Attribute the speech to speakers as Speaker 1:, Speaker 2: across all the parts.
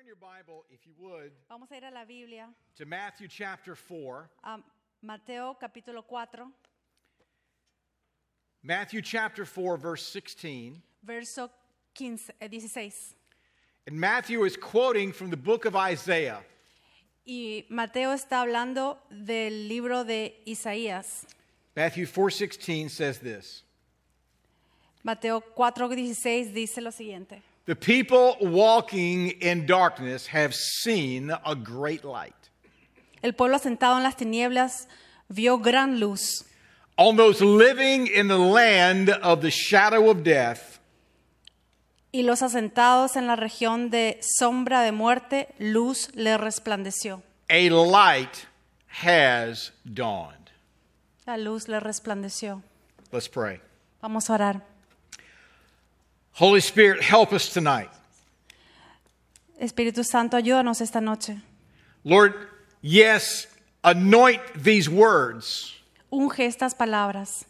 Speaker 1: in your Bible, if you would,
Speaker 2: Vamos a ir a la Biblia,
Speaker 1: to Matthew chapter 4.
Speaker 2: a Mateo capítulo 4,
Speaker 1: Matthew chapter 4, verse 16.
Speaker 2: verso 15, eh, 16.
Speaker 1: And Matthew is quoting from the book of Isaiah.
Speaker 2: Y Mateo está hablando del libro de Isaías.
Speaker 1: Matthew 4:16 says this.
Speaker 2: Mateo 4:16 dice lo siguiente.
Speaker 1: The people walking in darkness have seen a great light.
Speaker 2: El pueblo sentado en las tinieblas vio gran luz.
Speaker 1: On those living in the land of the shadow of death,
Speaker 2: Y los asentados en la región de sombra de muerte, luz le resplandeció.
Speaker 1: a light has dawned.
Speaker 2: La luz le resplandeció.
Speaker 1: Let's pray.
Speaker 2: Vamos a orar.
Speaker 1: Holy Spirit, help us tonight.
Speaker 2: Espíritu Santo, ayúdanos esta noche.
Speaker 1: Lord, yes, anoint these words,
Speaker 2: Unge estas palabras,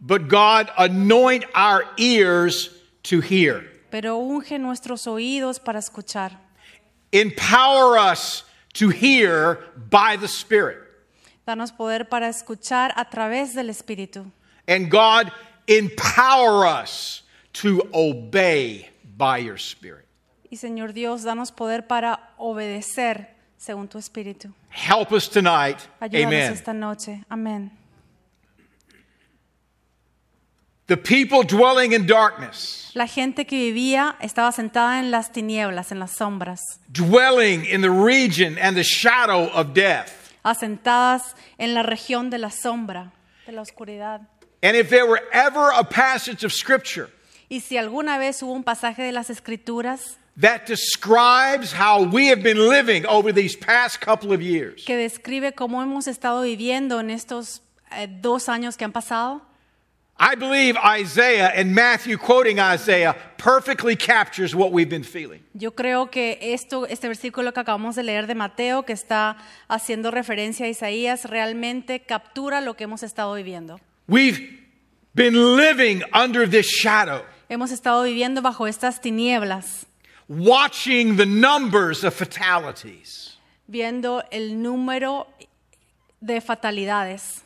Speaker 1: but God, anoint our ears to hear.
Speaker 2: pero unge nuestros oídos para escuchar.
Speaker 1: Empower us to hear by the Spirit.
Speaker 2: Danos poder para escuchar a través del Espíritu.
Speaker 1: And God, empower us to obey by your Spirit.
Speaker 2: Y Señor Dios, danos poder para obedecer según tu Espíritu.
Speaker 1: Help us tonight.
Speaker 2: Ayúdanos
Speaker 1: Amen.
Speaker 2: esta noche. Amén.
Speaker 1: The people dwelling in darkness,
Speaker 2: La gente que vivía estaba sentada en las tinieblas, en las sombras,
Speaker 1: dwelling in the region and the shadow of death.
Speaker 2: asentadas en la región de la sombra, de la oscuridad.
Speaker 1: And if there were ever a passage of Scripture
Speaker 2: Y si alguna vez hubo un pasaje de las Escrituras
Speaker 1: that describes how we have been living over these past couple of years,
Speaker 2: que describe cómo hemos estado viviendo en estos eh, dos años que han pasado,
Speaker 1: I believe Isaiah and Matthew quoting Isaiah perfectly captures what we've been feeling.
Speaker 2: yo creo que esto, este versículo que acabamos de leer de Mateo, que está haciendo referencia a Isaías, realmente captura lo que hemos estado viviendo.
Speaker 1: We've been living under this shadow,
Speaker 2: Hemos estado viviendo bajo estas tinieblas,
Speaker 1: watching the numbers of fatalities.
Speaker 2: viendo el número de fatalidades.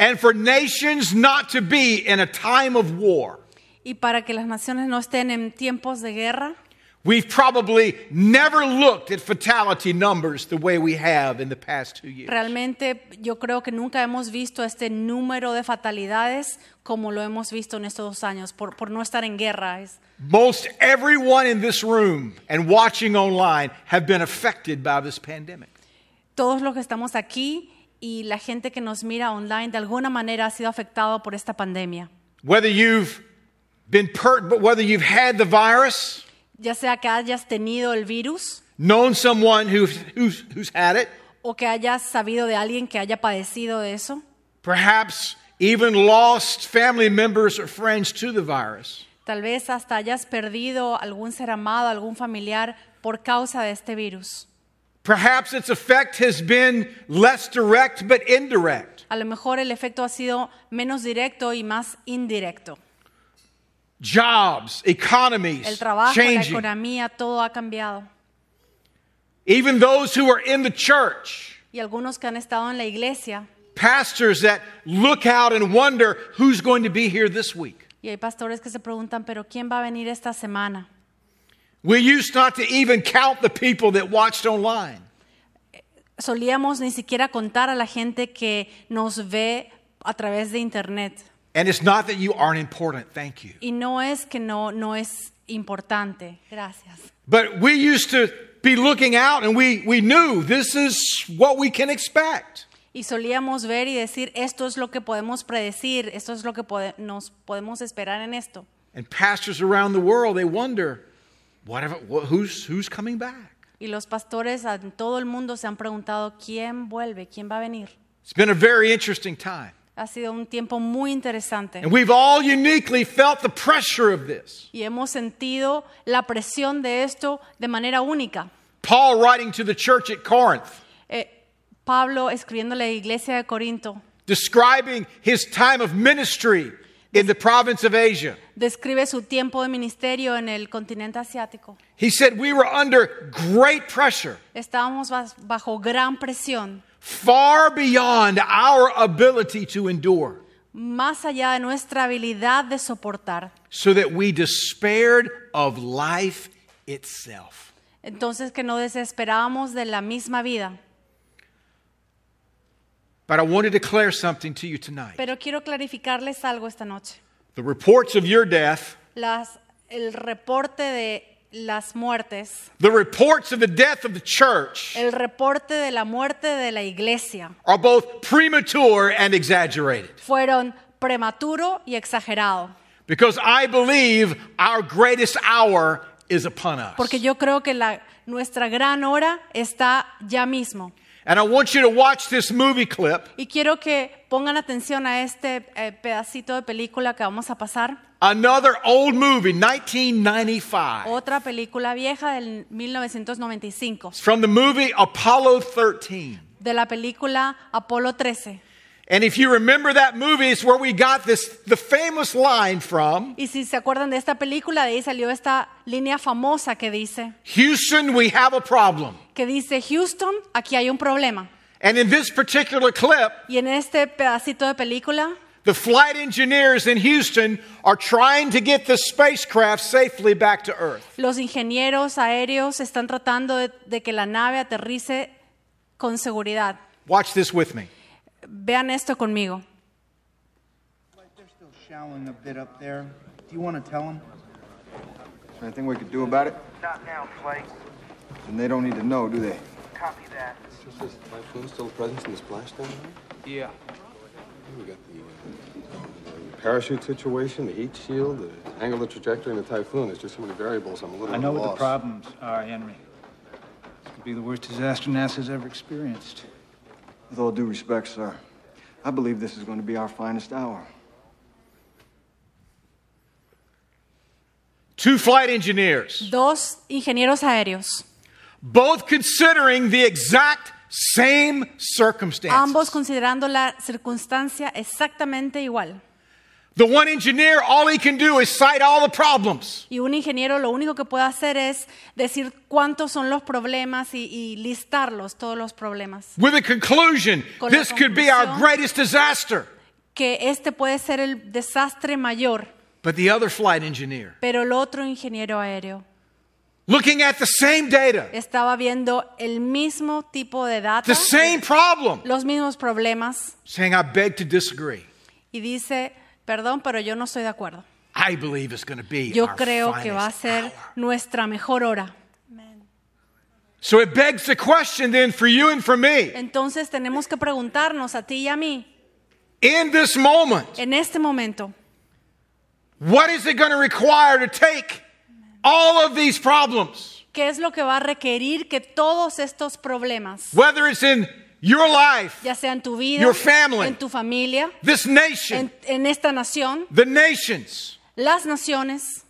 Speaker 1: And for nations not to be in a time of war,
Speaker 2: Y para que las naciones no estén en tiempos de guerra,
Speaker 1: we've probably never looked at fatality numbers the way we have in the past two years.
Speaker 2: realmente yo creo que nunca hemos visto este número de fatalidades como lo hemos visto en estos dos años, por, por no estar en guerra. Es-
Speaker 1: Most everyone in this room and watching online have been affected by this pandemic.
Speaker 2: todos los que estamos aquí y la gente que nos mira online de alguna manera ha sido afectado por esta pandemia.
Speaker 1: Whether you've been per- but whether you've had the virus,
Speaker 2: Ya sea que hayas tenido el virus
Speaker 1: known someone who's, who's, who's had it,
Speaker 2: o que hayas sabido de alguien que haya padecido de eso,
Speaker 1: perhaps even lost family members or friends to the virus,
Speaker 2: tal vez hasta hayas perdido algún ser amado, algún familiar por causa de este virus.
Speaker 1: perhaps its effect has been less direct but indirect.
Speaker 2: A lo mejor el efecto ha sido menos directo y más indirecto.
Speaker 1: Jobs,
Speaker 2: El
Speaker 1: economies,
Speaker 2: trabajo, la
Speaker 1: changing.
Speaker 2: economía, todo ha cambiado.
Speaker 1: Even those who are in the church.
Speaker 2: Y algunos que han estado en la iglesia,
Speaker 1: pastors that look out and wonder who's going to be here this week.
Speaker 2: y hay pastores que se preguntan, pero ¿quién va a venir esta semana?
Speaker 1: We used not to even count the people that watched online.
Speaker 2: Solíamos ni siquiera contar a la gente que nos ve a través de internet.
Speaker 1: And it's not that you aren't important, thank you.
Speaker 2: Y no es que no, no es importante. Gracias.
Speaker 1: But we used to be looking out and we, we knew this is what we can expect.
Speaker 2: Y solíamos ver y decir, esto es lo que podemos predecir, esto es lo que pode- nos podemos esperar en esto.
Speaker 1: And pastors around the world, they wonder what if, wh- who's, who's coming back?
Speaker 2: Y los pastores en todo el mundo se han preguntado quién vuelve, quién va a venir.
Speaker 1: It's been a very interesting time.
Speaker 2: Ha sido un tiempo muy interesante
Speaker 1: And we've all uniquely felt the pressure of this.
Speaker 2: y hemos sentido la presión de esto de manera única.
Speaker 1: Paul writing to the church at Corinth.
Speaker 2: Eh, Pablo escribiendo a la iglesia de Corinto,
Speaker 1: describing his time of ministry in the province of Asia.
Speaker 2: describe su tiempo de ministerio en el continente asiático.
Speaker 1: He said, We were under great pressure,
Speaker 2: Estábamos bas- bajo gran presión,
Speaker 1: far beyond our ability to endure,
Speaker 2: más allá de nuestra habilidad de soportar.
Speaker 1: so that we despaired of life itself.
Speaker 2: Entonces que no desesperábamos de la misma vida.
Speaker 1: But I want to declare something to you tonight.
Speaker 2: Pero quiero clarificarles algo esta noche.
Speaker 1: The reports of your death,
Speaker 2: Las, el reporte de las muertes,
Speaker 1: the reports of the death of the church,
Speaker 2: el reporte de la muerte de la iglesia,
Speaker 1: are both premature and exaggerated.
Speaker 2: fueron prematuro y exagerado.
Speaker 1: Because I believe our greatest hour is upon us.
Speaker 2: Porque yo creo que la, nuestra gran hora está ya mismo.
Speaker 1: And I want you to watch this movie clip.
Speaker 2: Y quiero que pongan atención a este eh, pedacito de película que vamos a pasar.
Speaker 1: Another old movie, 1995.
Speaker 2: Otra película vieja del 1995,
Speaker 1: It's from the movie Apollo 13.
Speaker 2: de la película Apolo 13.
Speaker 1: And if you remember that movie, it's where we got this the famous line from
Speaker 2: Y si se acuerdan de esta película, de ahí salió esta línea famosa que dice,
Speaker 1: Houston, we have a problem.
Speaker 2: que dice, Houston, aquí hay un problema.
Speaker 1: And in this particular clip,
Speaker 2: Y en este pedacito de película,
Speaker 1: the flight engineers in Houston are trying to get this spacecraft safely back to Earth.
Speaker 2: los ingenieros aéreos están tratando de, de que la nave aterrice con seguridad.
Speaker 1: Watch this with me.
Speaker 2: Vean esto conmigo.
Speaker 3: Like They're still showering a bit up there. Do you want to tell them?
Speaker 4: Is there anything we could do about it?
Speaker 5: Not now, Clay.
Speaker 4: And they don't need to know, do they?
Speaker 5: Copy that.
Speaker 6: Is this typhoon still present in the splashdown?
Speaker 5: Yeah.
Speaker 6: We got the, uh, the parachute situation, the heat shield, the angle of trajectory, and the typhoon. There's just so many variables. I'm a little
Speaker 3: I know
Speaker 6: at a
Speaker 3: what the
Speaker 6: loss.
Speaker 3: problems are, Henry. This could be the worst disaster NASA's ever experienced.
Speaker 4: With all due respect, sir, I believe this is going to be our finest hour.
Speaker 1: Two flight engineers,
Speaker 2: Dos ingenieros aéreos,
Speaker 1: both considering the exact same
Speaker 2: ambos
Speaker 1: circumstances.
Speaker 2: considerando la circunstancia exactamente igual.
Speaker 1: The one engineer, all he can do is cite all the problems.
Speaker 2: Y un ingeniero lo único que puede hacer es decir cuántos son los problemas y, y listarlos, todos los problemas.
Speaker 1: with a conclusion
Speaker 2: Con la
Speaker 1: this could be our
Speaker 2: conclusión.
Speaker 1: greatest disaster.
Speaker 2: Que este puede ser el desastre mayor,
Speaker 1: But the other flight engineer,
Speaker 2: pero el otro ingeniero aéreo
Speaker 1: looking at the same data,
Speaker 2: estaba viendo el mismo tipo de
Speaker 1: the
Speaker 2: data,
Speaker 1: same problem,
Speaker 2: los mismos problemas,
Speaker 1: saying, I beg to disagree.
Speaker 2: y dice, perdón, pero yo no estoy de acuerdo.
Speaker 1: I believe it's going to be.
Speaker 2: Yo
Speaker 1: our
Speaker 2: creo que va a
Speaker 1: finest
Speaker 2: ser
Speaker 1: hour."
Speaker 2: nuestra mejor hora.
Speaker 1: So it begs the question then for you and for me
Speaker 2: Entonces tenemos que preguntarnos a ti y a mí,
Speaker 1: in this moment,
Speaker 2: en este momento,
Speaker 1: what is it going to require to take all of these problems,
Speaker 2: ¿qué es lo que va a requerir que todos estos problemas,
Speaker 1: whether it's in your life,
Speaker 2: ya sea en tu vida,
Speaker 1: Your family.
Speaker 2: en tu familia,
Speaker 1: this nation,
Speaker 2: en, en esta nación,
Speaker 1: the nations,
Speaker 2: las naciones,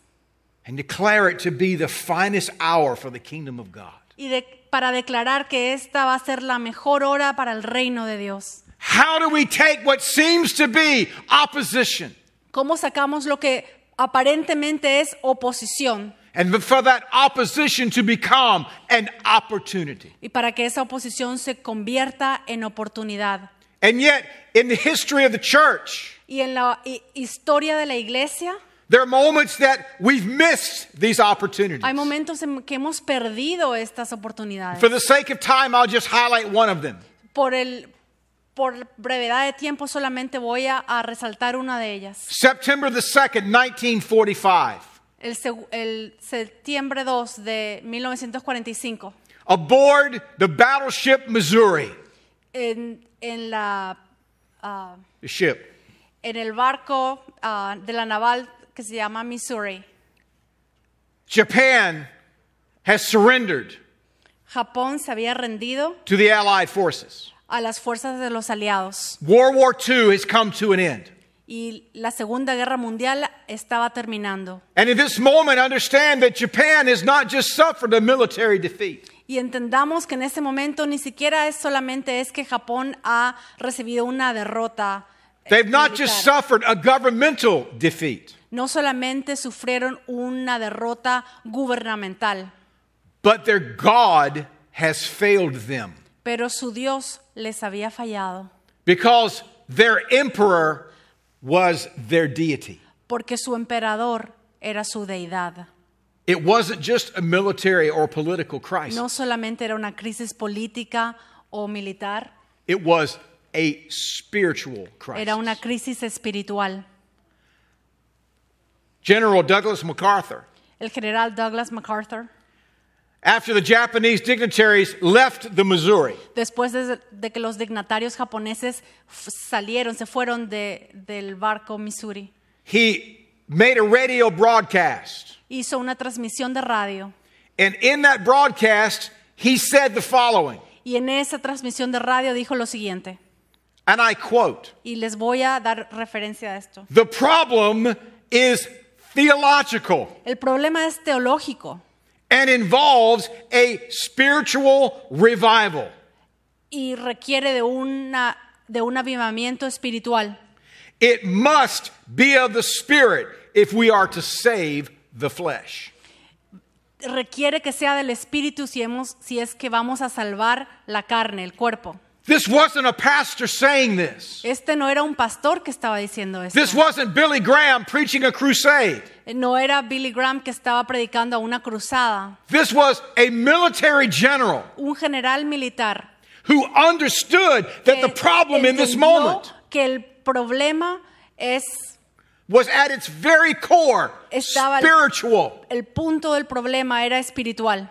Speaker 1: and declare it to be the finest hour for the kingdom of God?
Speaker 2: y de- para declarar que esta va a ser la mejor hora para el reino de Dios?
Speaker 1: How do we take what seems to be opposition?
Speaker 2: ¿Cómo sacamos lo que aparentemente es oposición?
Speaker 1: And for that opposition to become an opportunity.
Speaker 2: Y para que esa oposición se convierta en oportunidad.
Speaker 1: And yet, in the history of the church,
Speaker 2: Y en la hi- historia de la iglesia
Speaker 1: there are moments that we've missed these opportunities.
Speaker 2: hay momentos en que hemos perdido estas oportunidades.
Speaker 1: For the sake of time, I'll just highlight one of them.
Speaker 2: Por, el, por brevedad de tiempo solamente voy a, a resaltar una de ellas.
Speaker 1: September the 2nd, 1945,
Speaker 2: El, seg- el septiembre 2 de 1945,
Speaker 1: aboard the battleship Missouri,
Speaker 2: en, en, la, ah,
Speaker 1: the ship,
Speaker 2: en el barco ah, de la naval que se llama Missouri,
Speaker 1: Japan has surrendered
Speaker 2: Japón se había rendido
Speaker 1: to the Allied forces.
Speaker 2: a las fuerzas de los aliados
Speaker 1: World War II has come to an end.
Speaker 2: y la Segunda Guerra Mundial estaba terminando.
Speaker 1: And in this moment, understand that Japan has not just suffered a military defeat,
Speaker 2: Y entendamos que en este momento ni siquiera es solamente es que Japón ha recibido una derrota
Speaker 1: They've not just
Speaker 2: explicar.
Speaker 1: suffered a governmental defeat,
Speaker 2: No solamente sufrieron una derrota gubernamental,
Speaker 1: but their God has failed them
Speaker 2: pero su Dios les había fallado,
Speaker 1: because their emperor was their deity.
Speaker 2: porque su emperador era su deidad.
Speaker 1: It wasn't just a military or political crisis,
Speaker 2: No solamente era una crisis política o militar,
Speaker 1: it was a spiritual crisis.
Speaker 2: era una crisis espiritual.
Speaker 1: General Douglas MacArthur,
Speaker 2: El general Douglas MacArthur,
Speaker 1: after the Japanese dignitaries left the Missouri,
Speaker 2: después de, de que los dignatarios japoneses f- salieron, se fueron de- del barco Missouri,
Speaker 1: he made a radio broadcast.
Speaker 2: hizo una transmisión de radio
Speaker 1: And in that broadcast, he said the following,
Speaker 2: y en esa transmisión de radio dijo lo siguiente,
Speaker 1: and I quote
Speaker 2: y les voy a dar referencia a esto.
Speaker 1: The problem is theological
Speaker 2: El problema es teológico
Speaker 1: and involves a spiritual revival.
Speaker 2: y requiere de, una, de un avivamiento espiritual.
Speaker 1: It must be of the Spirit if we are to save the flesh.
Speaker 2: requiere que sea del espíritu si, hemos- si es que vamos a salvar la carne, el cuerpo.
Speaker 1: This wasn't a pastor saying this.
Speaker 2: Este no era un pastor que estaba diciendo esto. Eh,
Speaker 1: This wasn't Billy Graham preaching a crusade.
Speaker 2: No era Billy Graham que estaba predicando a una cruzada.
Speaker 1: This was a military general
Speaker 2: Un general militar.
Speaker 1: who understood that
Speaker 2: que
Speaker 1: the problem in this
Speaker 2: entendió
Speaker 1: moment
Speaker 2: Que el problema es,
Speaker 1: was at its very core
Speaker 2: Estaba-
Speaker 1: spiritual.
Speaker 2: el punto del problema era espiritual.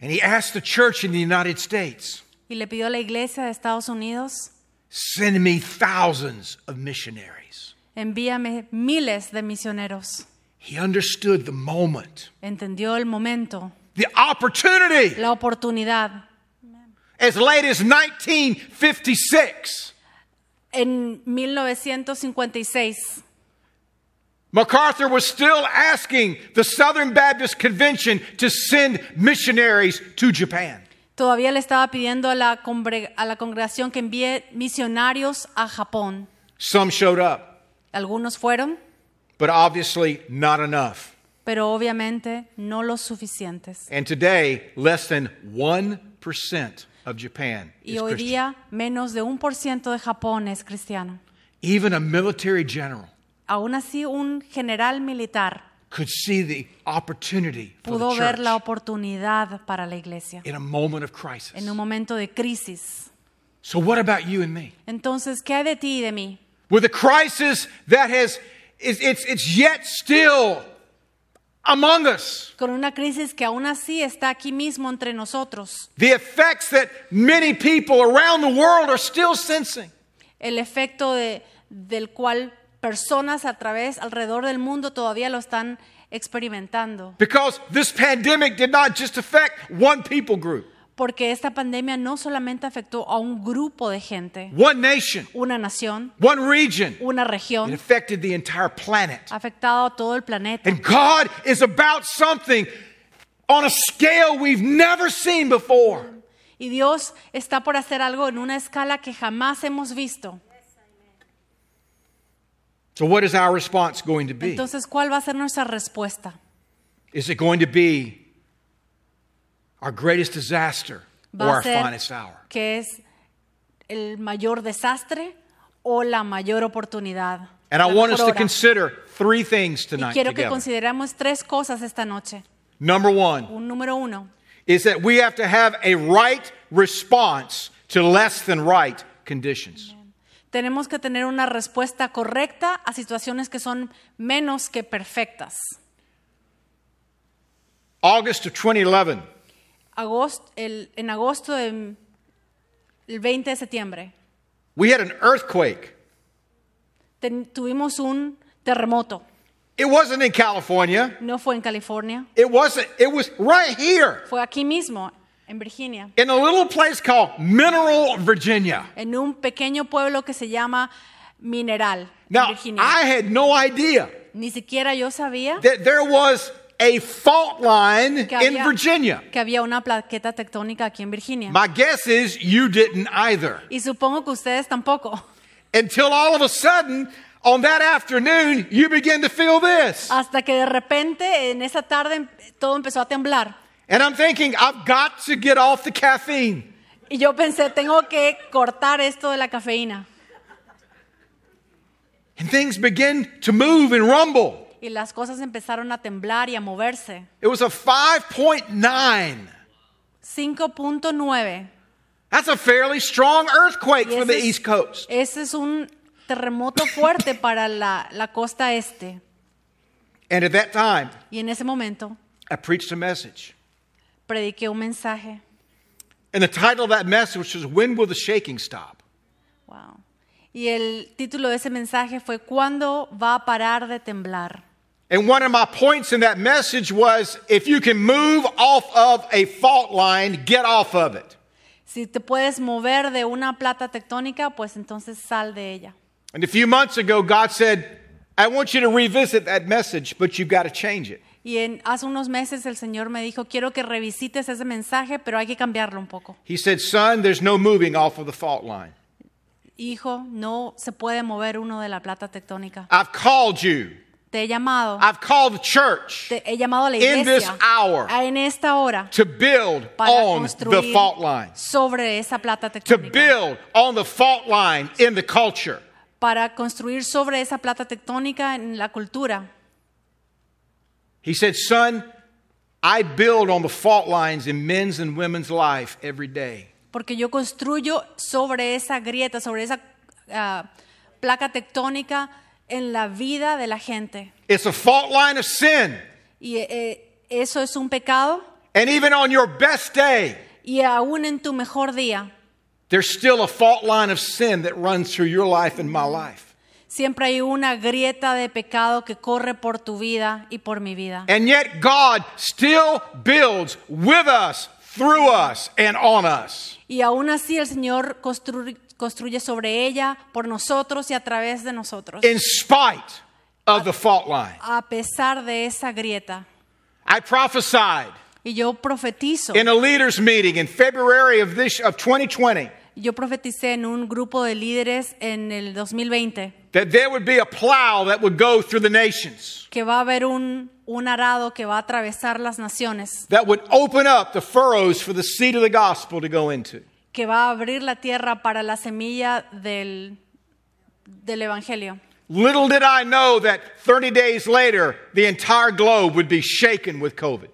Speaker 1: And he asked the church in the United States
Speaker 2: Y le pidió a la iglesia de Estados Unidos,
Speaker 1: send me thousands of missionaries.
Speaker 2: envíame miles de misioneros.
Speaker 1: He understood the moment,
Speaker 2: Entendió el momento,
Speaker 1: the opportunity
Speaker 2: la oportunidad.
Speaker 1: as late as 1956.
Speaker 2: En 1956.
Speaker 1: MacArthur was still asking the Southern Baptist Convention to send missionaries to Japan.
Speaker 2: Todavía le estaba pidiendo a la, congre- a la congregación que envíe misionarios a Japón.
Speaker 1: Some showed up,
Speaker 2: Algunos fueron,
Speaker 1: but obviously not enough.
Speaker 2: pero obviamente no los suficientes.
Speaker 1: And today, less than 1% of Japan
Speaker 2: Y
Speaker 1: is
Speaker 2: hoy
Speaker 1: Christian.
Speaker 2: día menos de un por ciento de Japón es cristiano.
Speaker 1: Even a military general
Speaker 2: Aún así, un general militar
Speaker 1: could see the opportunity for
Speaker 2: pudo
Speaker 1: the
Speaker 2: ver la
Speaker 1: church
Speaker 2: oportunidad para la iglesia
Speaker 1: in a moment of crisis.
Speaker 2: en un momento de crisis.
Speaker 1: So what about you and me?
Speaker 2: Entonces, ¿qué hay de ti y de mí?
Speaker 1: With a crisis that has is it's it's yet still among us.
Speaker 2: Con una crisis que aún así está aquí mismo entre nosotros.
Speaker 1: The effects that many people around the world are still sensing.
Speaker 2: el efecto de- del cual personas a través, alrededor del mundo todavía lo están experimentando.
Speaker 1: Because this pandemic did not just affect one people group,
Speaker 2: Porque esta pandemia no solamente afectó a un grupo de gente,
Speaker 1: one nation,
Speaker 2: una nación,
Speaker 1: one region.
Speaker 2: una
Speaker 1: It
Speaker 2: región,
Speaker 1: affected the entire planet.
Speaker 2: ha afectado a todo el planeta.
Speaker 1: And God is about something on a scale we've never seen before.
Speaker 2: Y Dios está por hacer algo en una escala que jamás hemos visto.
Speaker 1: So, what is our response going to be?
Speaker 2: Entonces, ¿cuál va a ser nuestra respuesta?
Speaker 1: Is it going to be our greatest disaster or
Speaker 2: ¿Va a
Speaker 1: our
Speaker 2: ser
Speaker 1: finest hour?
Speaker 2: que es el mayor desastre o la mayor oportunidad?
Speaker 1: And I
Speaker 2: la
Speaker 1: want us
Speaker 2: mejor
Speaker 1: to
Speaker 2: hora?
Speaker 1: consider three things
Speaker 2: Y
Speaker 1: tonight
Speaker 2: quiero que
Speaker 1: together.
Speaker 2: consideremos tres cosas esta noche.
Speaker 1: Number one
Speaker 2: Un número uno,
Speaker 1: is that we have to have a right response to less than right conditions.
Speaker 2: tenemos que tener una respuesta correcta a situaciones que son menos que perfectas.
Speaker 1: August of 2011,
Speaker 2: Agosto, el- en agosto del el 20 de septiembre
Speaker 1: we had an earthquake.
Speaker 2: ten- tuvimos un terremoto.
Speaker 1: It wasn't in California.
Speaker 2: No fue en California,
Speaker 1: It wasn't. It was right here
Speaker 2: fue aquí mismo, en Virginia,
Speaker 1: in a little place called Mineral, Virginia.
Speaker 2: en un pequeño pueblo que se llama Mineral, en
Speaker 1: Now,
Speaker 2: Virginia.
Speaker 1: I had no idea
Speaker 2: Ni siquiera yo sabía
Speaker 1: that there was a fault line
Speaker 2: que
Speaker 1: in
Speaker 2: había,
Speaker 1: Virginia.
Speaker 2: que había una plaqueta tectónica aquí en Virginia.
Speaker 1: My guess is you didn't either.
Speaker 2: Y supongo que ustedes tampoco.
Speaker 1: until all of a sudden, on that afternoon, you begin to feel this.
Speaker 2: Hasta que de repente, en esa tarde, em- todo empezó a temblar.
Speaker 1: And I'm thinking, I've got to get off the caffeine.
Speaker 2: Y yo pensé, tengo que cortar esto de la cafeína.
Speaker 1: And things begin to move and rumble.
Speaker 2: Y las cosas empezaron a temblar y a moverse.
Speaker 1: It was a 5.9.
Speaker 2: 5.9.
Speaker 1: That's a fairly strong earthquake
Speaker 2: Y
Speaker 1: for the
Speaker 2: ese es-
Speaker 1: East Coast.
Speaker 2: Ese es un terremoto fuerte para la, la costa este.
Speaker 1: And at that time,
Speaker 2: Y en ese momento
Speaker 1: I preached a message.
Speaker 2: prediqué un mensaje.
Speaker 1: And the title of that message was When Will the Shaking Stop?
Speaker 2: Wow. Y el título de ese mensaje fue ¿Cuándo va a parar de temblar?
Speaker 1: And one of my points in that message was if you can move off of a fault line, get off of it.
Speaker 2: Si te puedes mover de una plata tectónica, pues entonces sal de ella.
Speaker 1: And a few months ago, God said, I want you to revisit that message, but you've got to change it.
Speaker 2: Y en, hace unos meses el Señor me dijo, quiero que revisites ese mensaje, pero hay que cambiarlo un poco.
Speaker 1: He said, Son, there's no moving off of the fault line.
Speaker 2: Hijo, no se puede mover uno de la plata tectónica.
Speaker 1: I've called you,
Speaker 2: Te he llamado,
Speaker 1: I've called the church
Speaker 2: te he llamado a la
Speaker 1: In
Speaker 2: iglesia
Speaker 1: this hour.
Speaker 2: a- en esta hora
Speaker 1: to build
Speaker 2: para
Speaker 1: on the
Speaker 2: construir
Speaker 1: fault line,
Speaker 2: sobre esa plata
Speaker 1: to
Speaker 2: tectónica.
Speaker 1: build on the fault line in the culture.
Speaker 2: Para construir sobre esa plata tectónica en la cultura.
Speaker 1: He said, Son, I build on the fault lines in men's and women's life every day.
Speaker 2: Porque yo construyo sobre esa grieta, sobre esa ah, placa tectónica en la vida de la gente.
Speaker 1: It's a fault line of sin.
Speaker 2: Y eh, eso es un pecado.
Speaker 1: And even on your best day,
Speaker 2: Y aún en tu mejor día,
Speaker 1: there's still a fault line of sin that runs through your life and my life.
Speaker 2: siempre hay una grieta de pecado que corre por tu vida y por mi vida.
Speaker 1: And yet, God still builds with us, through us, and on us.
Speaker 2: Y aún así el Señor constru- construye sobre ella, por nosotros y a través de nosotros.
Speaker 1: in spite of the fault line.
Speaker 2: A pesar de esa grieta.
Speaker 1: I prophesied
Speaker 2: Y yo profetizo.
Speaker 1: in a leaders meeting in February of this of 2020
Speaker 2: Yo profeticé en un grupo de líderes en el 2020
Speaker 1: that there would be a plow that would go through the nations
Speaker 2: que va a haber un, un arado que va a atravesar las naciones,
Speaker 1: that would open up the furrows for the seed of the gospel to go into.
Speaker 2: que va a abrir la tierra para la semilla del, del Evangelio.
Speaker 1: Little did I know that 30 days later the entire globe would be shaken with COVID.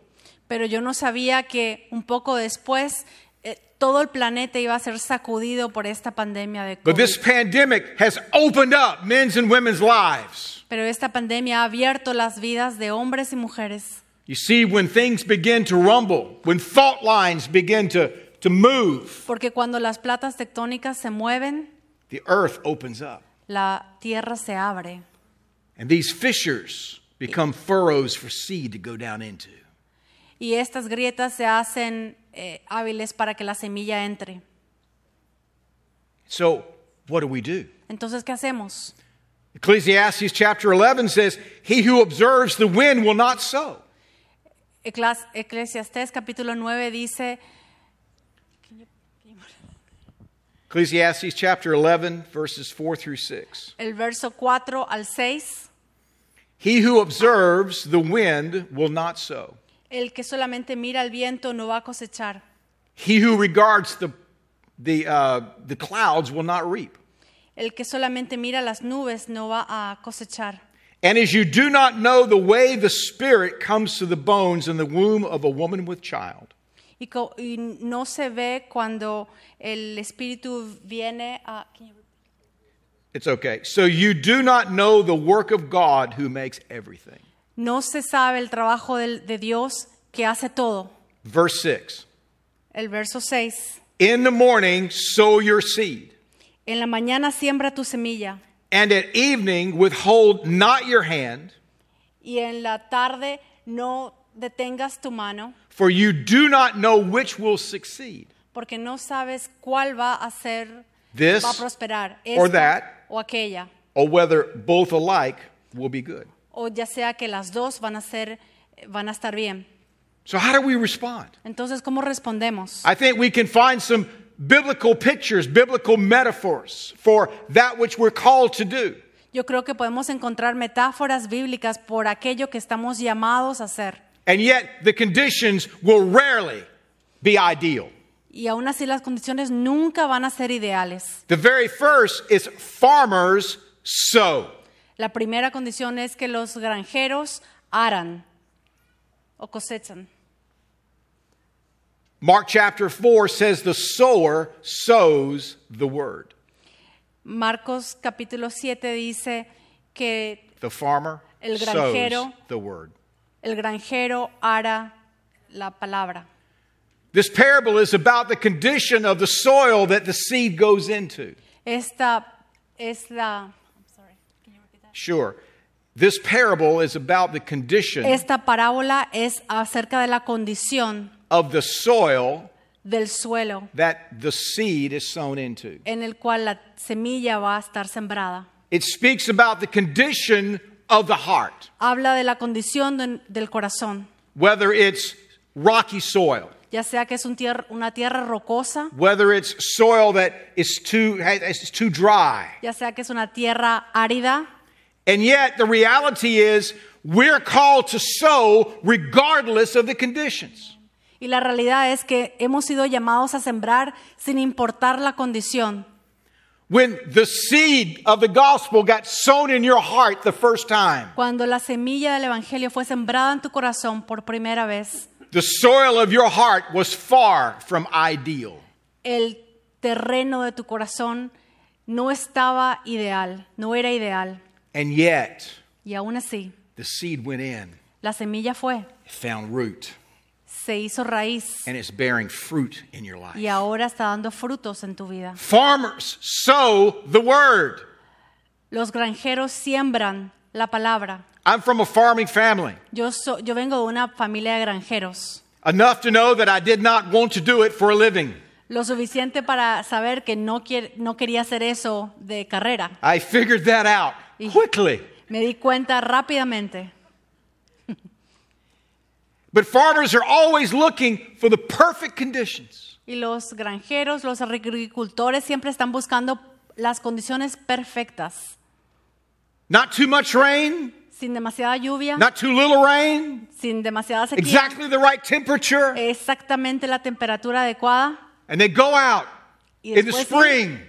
Speaker 2: Pero yo no sabía que un poco después eh, todo el planeta iba a ser sacudido por esta pandemia de
Speaker 1: But this
Speaker 2: COVID.
Speaker 1: pandemic has opened up men's and women's lives.
Speaker 2: Pero esta pandemia ha abierto las vidas de hombres y mujeres.
Speaker 1: You see, when things begin to rumble, when fault lines begin to, to move,
Speaker 2: Porque cuando las platas tectónicas se mueven,
Speaker 1: the earth opens up.
Speaker 2: la tierra se abre.
Speaker 1: And these fissures become furrows for seed to go down into.
Speaker 2: Y estas grietas se hacen eh, hábiles para que la semilla entre.
Speaker 1: So, what do we do?
Speaker 2: Entonces, ¿qué hacemos?
Speaker 1: Ecclesiastes chapter 11 says, He who observes the wind will not sow.
Speaker 2: Eclas- Eclesiastés capítulo 9 dice,
Speaker 1: Ecclesiastes chapter 11, verses 4 through 6.
Speaker 2: el verso 4 al 6,
Speaker 1: He who observes the wind will not sow.
Speaker 2: el que solamente mira al viento no va a cosechar.
Speaker 1: He who regards the, the, uh, the clouds will not reap.
Speaker 2: El que solamente mira las nubes no va a cosechar.
Speaker 1: And as you do not know the way the spirit comes to the bones in the womb of a woman with child,
Speaker 2: Y, co- y no se ve cuando el espíritu viene a...
Speaker 1: It's okay. So you do not know the work of God who makes everything.
Speaker 2: No se sabe el trabajo del- de Dios que hace todo.
Speaker 1: Verse 6
Speaker 2: El verso 6.
Speaker 1: In the morning, sow your seed,
Speaker 2: En la mañana siembra tu semilla
Speaker 1: and at evening, withhold not your hand,
Speaker 2: y en la tarde no detengas tu mano
Speaker 1: for you do not know which will succeed.
Speaker 2: porque no sabes cuál va a ser,
Speaker 1: This
Speaker 2: va a prosperar,
Speaker 1: or that.
Speaker 2: o aquella,
Speaker 1: Or whether both alike will be good.
Speaker 2: o ya sea que las dos van a ser, eh, van a estar bien.
Speaker 1: So, how do we respond?
Speaker 2: Entonces, ¿cómo respondemos?
Speaker 1: I think we can find some biblical pictures, biblical metaphors for that which we're called to do.
Speaker 2: Yo creo que podemos encontrar metáforas bíblicas por aquello que estamos llamados a hacer.
Speaker 1: And yet, the conditions will rarely be ideal.
Speaker 2: Y aún así las condiciones nunca van a ser ideales.
Speaker 1: The very first is farmers sow.
Speaker 2: La primera condición es que los granjeros aran o cosechan.
Speaker 1: Mark chapter 4 says the sower sows the word.
Speaker 2: Marcos capítulo 7 dice que
Speaker 1: The farmer
Speaker 2: El granjero.
Speaker 1: sows the word.
Speaker 2: el granjero ara la palabra.
Speaker 1: This parable is about the condition of the soil that the seed goes into.
Speaker 2: Esta es la
Speaker 1: Sure. This parable is about the condition
Speaker 2: esta parábola es acerca de la condición
Speaker 1: of the soil
Speaker 2: del suelo
Speaker 1: that the seed is sown into.
Speaker 2: en el cual la semilla va a estar sembrada.
Speaker 1: It speaks about the condition of the heart,
Speaker 2: Habla de la condición de- del corazón,
Speaker 1: whether it's rocky soil,
Speaker 2: ya sea que es un tier- una tierra rocosa,
Speaker 1: whether it's soil that is too, is too dry.
Speaker 2: ya sea que es una tierra árida,
Speaker 1: And yet, the reality is we're called to sow regardless of the conditions.
Speaker 2: y la realidad es que hemos sido llamados a sembrar sin importar la condición.
Speaker 1: When the seed of the gospel got sown in your heart the first time,
Speaker 2: Cuando la semilla del Evangelio fue sembrada en tu corazón por primera vez,
Speaker 1: the soil of your heart was far from ideal.
Speaker 2: el terreno de tu corazón no estaba ideal, no era ideal.
Speaker 1: And yet,
Speaker 2: Y aún así,
Speaker 1: the seed went in,
Speaker 2: la semilla fue,
Speaker 1: it found root,
Speaker 2: se hizo raíz
Speaker 1: and it's bearing fruit in your life.
Speaker 2: y ahora está dando frutos en tu vida.
Speaker 1: Farmers sow the word.
Speaker 2: Los granjeros siembran la palabra.
Speaker 1: I'm from a farming family,
Speaker 2: Yo, so- yo vengo de una familia de granjeros,
Speaker 1: enough to know that I did not want to do it for a living.
Speaker 2: lo suficiente para saber que no, quier- no quería hacer eso de carrera.
Speaker 1: I figured that out
Speaker 2: Y-
Speaker 1: quickly.
Speaker 2: Me di cuenta rápidamente.
Speaker 1: But farmers are always looking for the perfect conditions.
Speaker 2: Y los granjeros, los agricultores siempre están buscando las condiciones perfectas.
Speaker 1: Not too much rain,
Speaker 2: Sin demasiada lluvia,
Speaker 1: not too little rain,
Speaker 2: sin demasiada sequía,
Speaker 1: exactly the right temperature.
Speaker 2: exactamente la temperatura adecuada.
Speaker 1: And they go out
Speaker 2: Y
Speaker 1: in the
Speaker 2: después-
Speaker 1: spring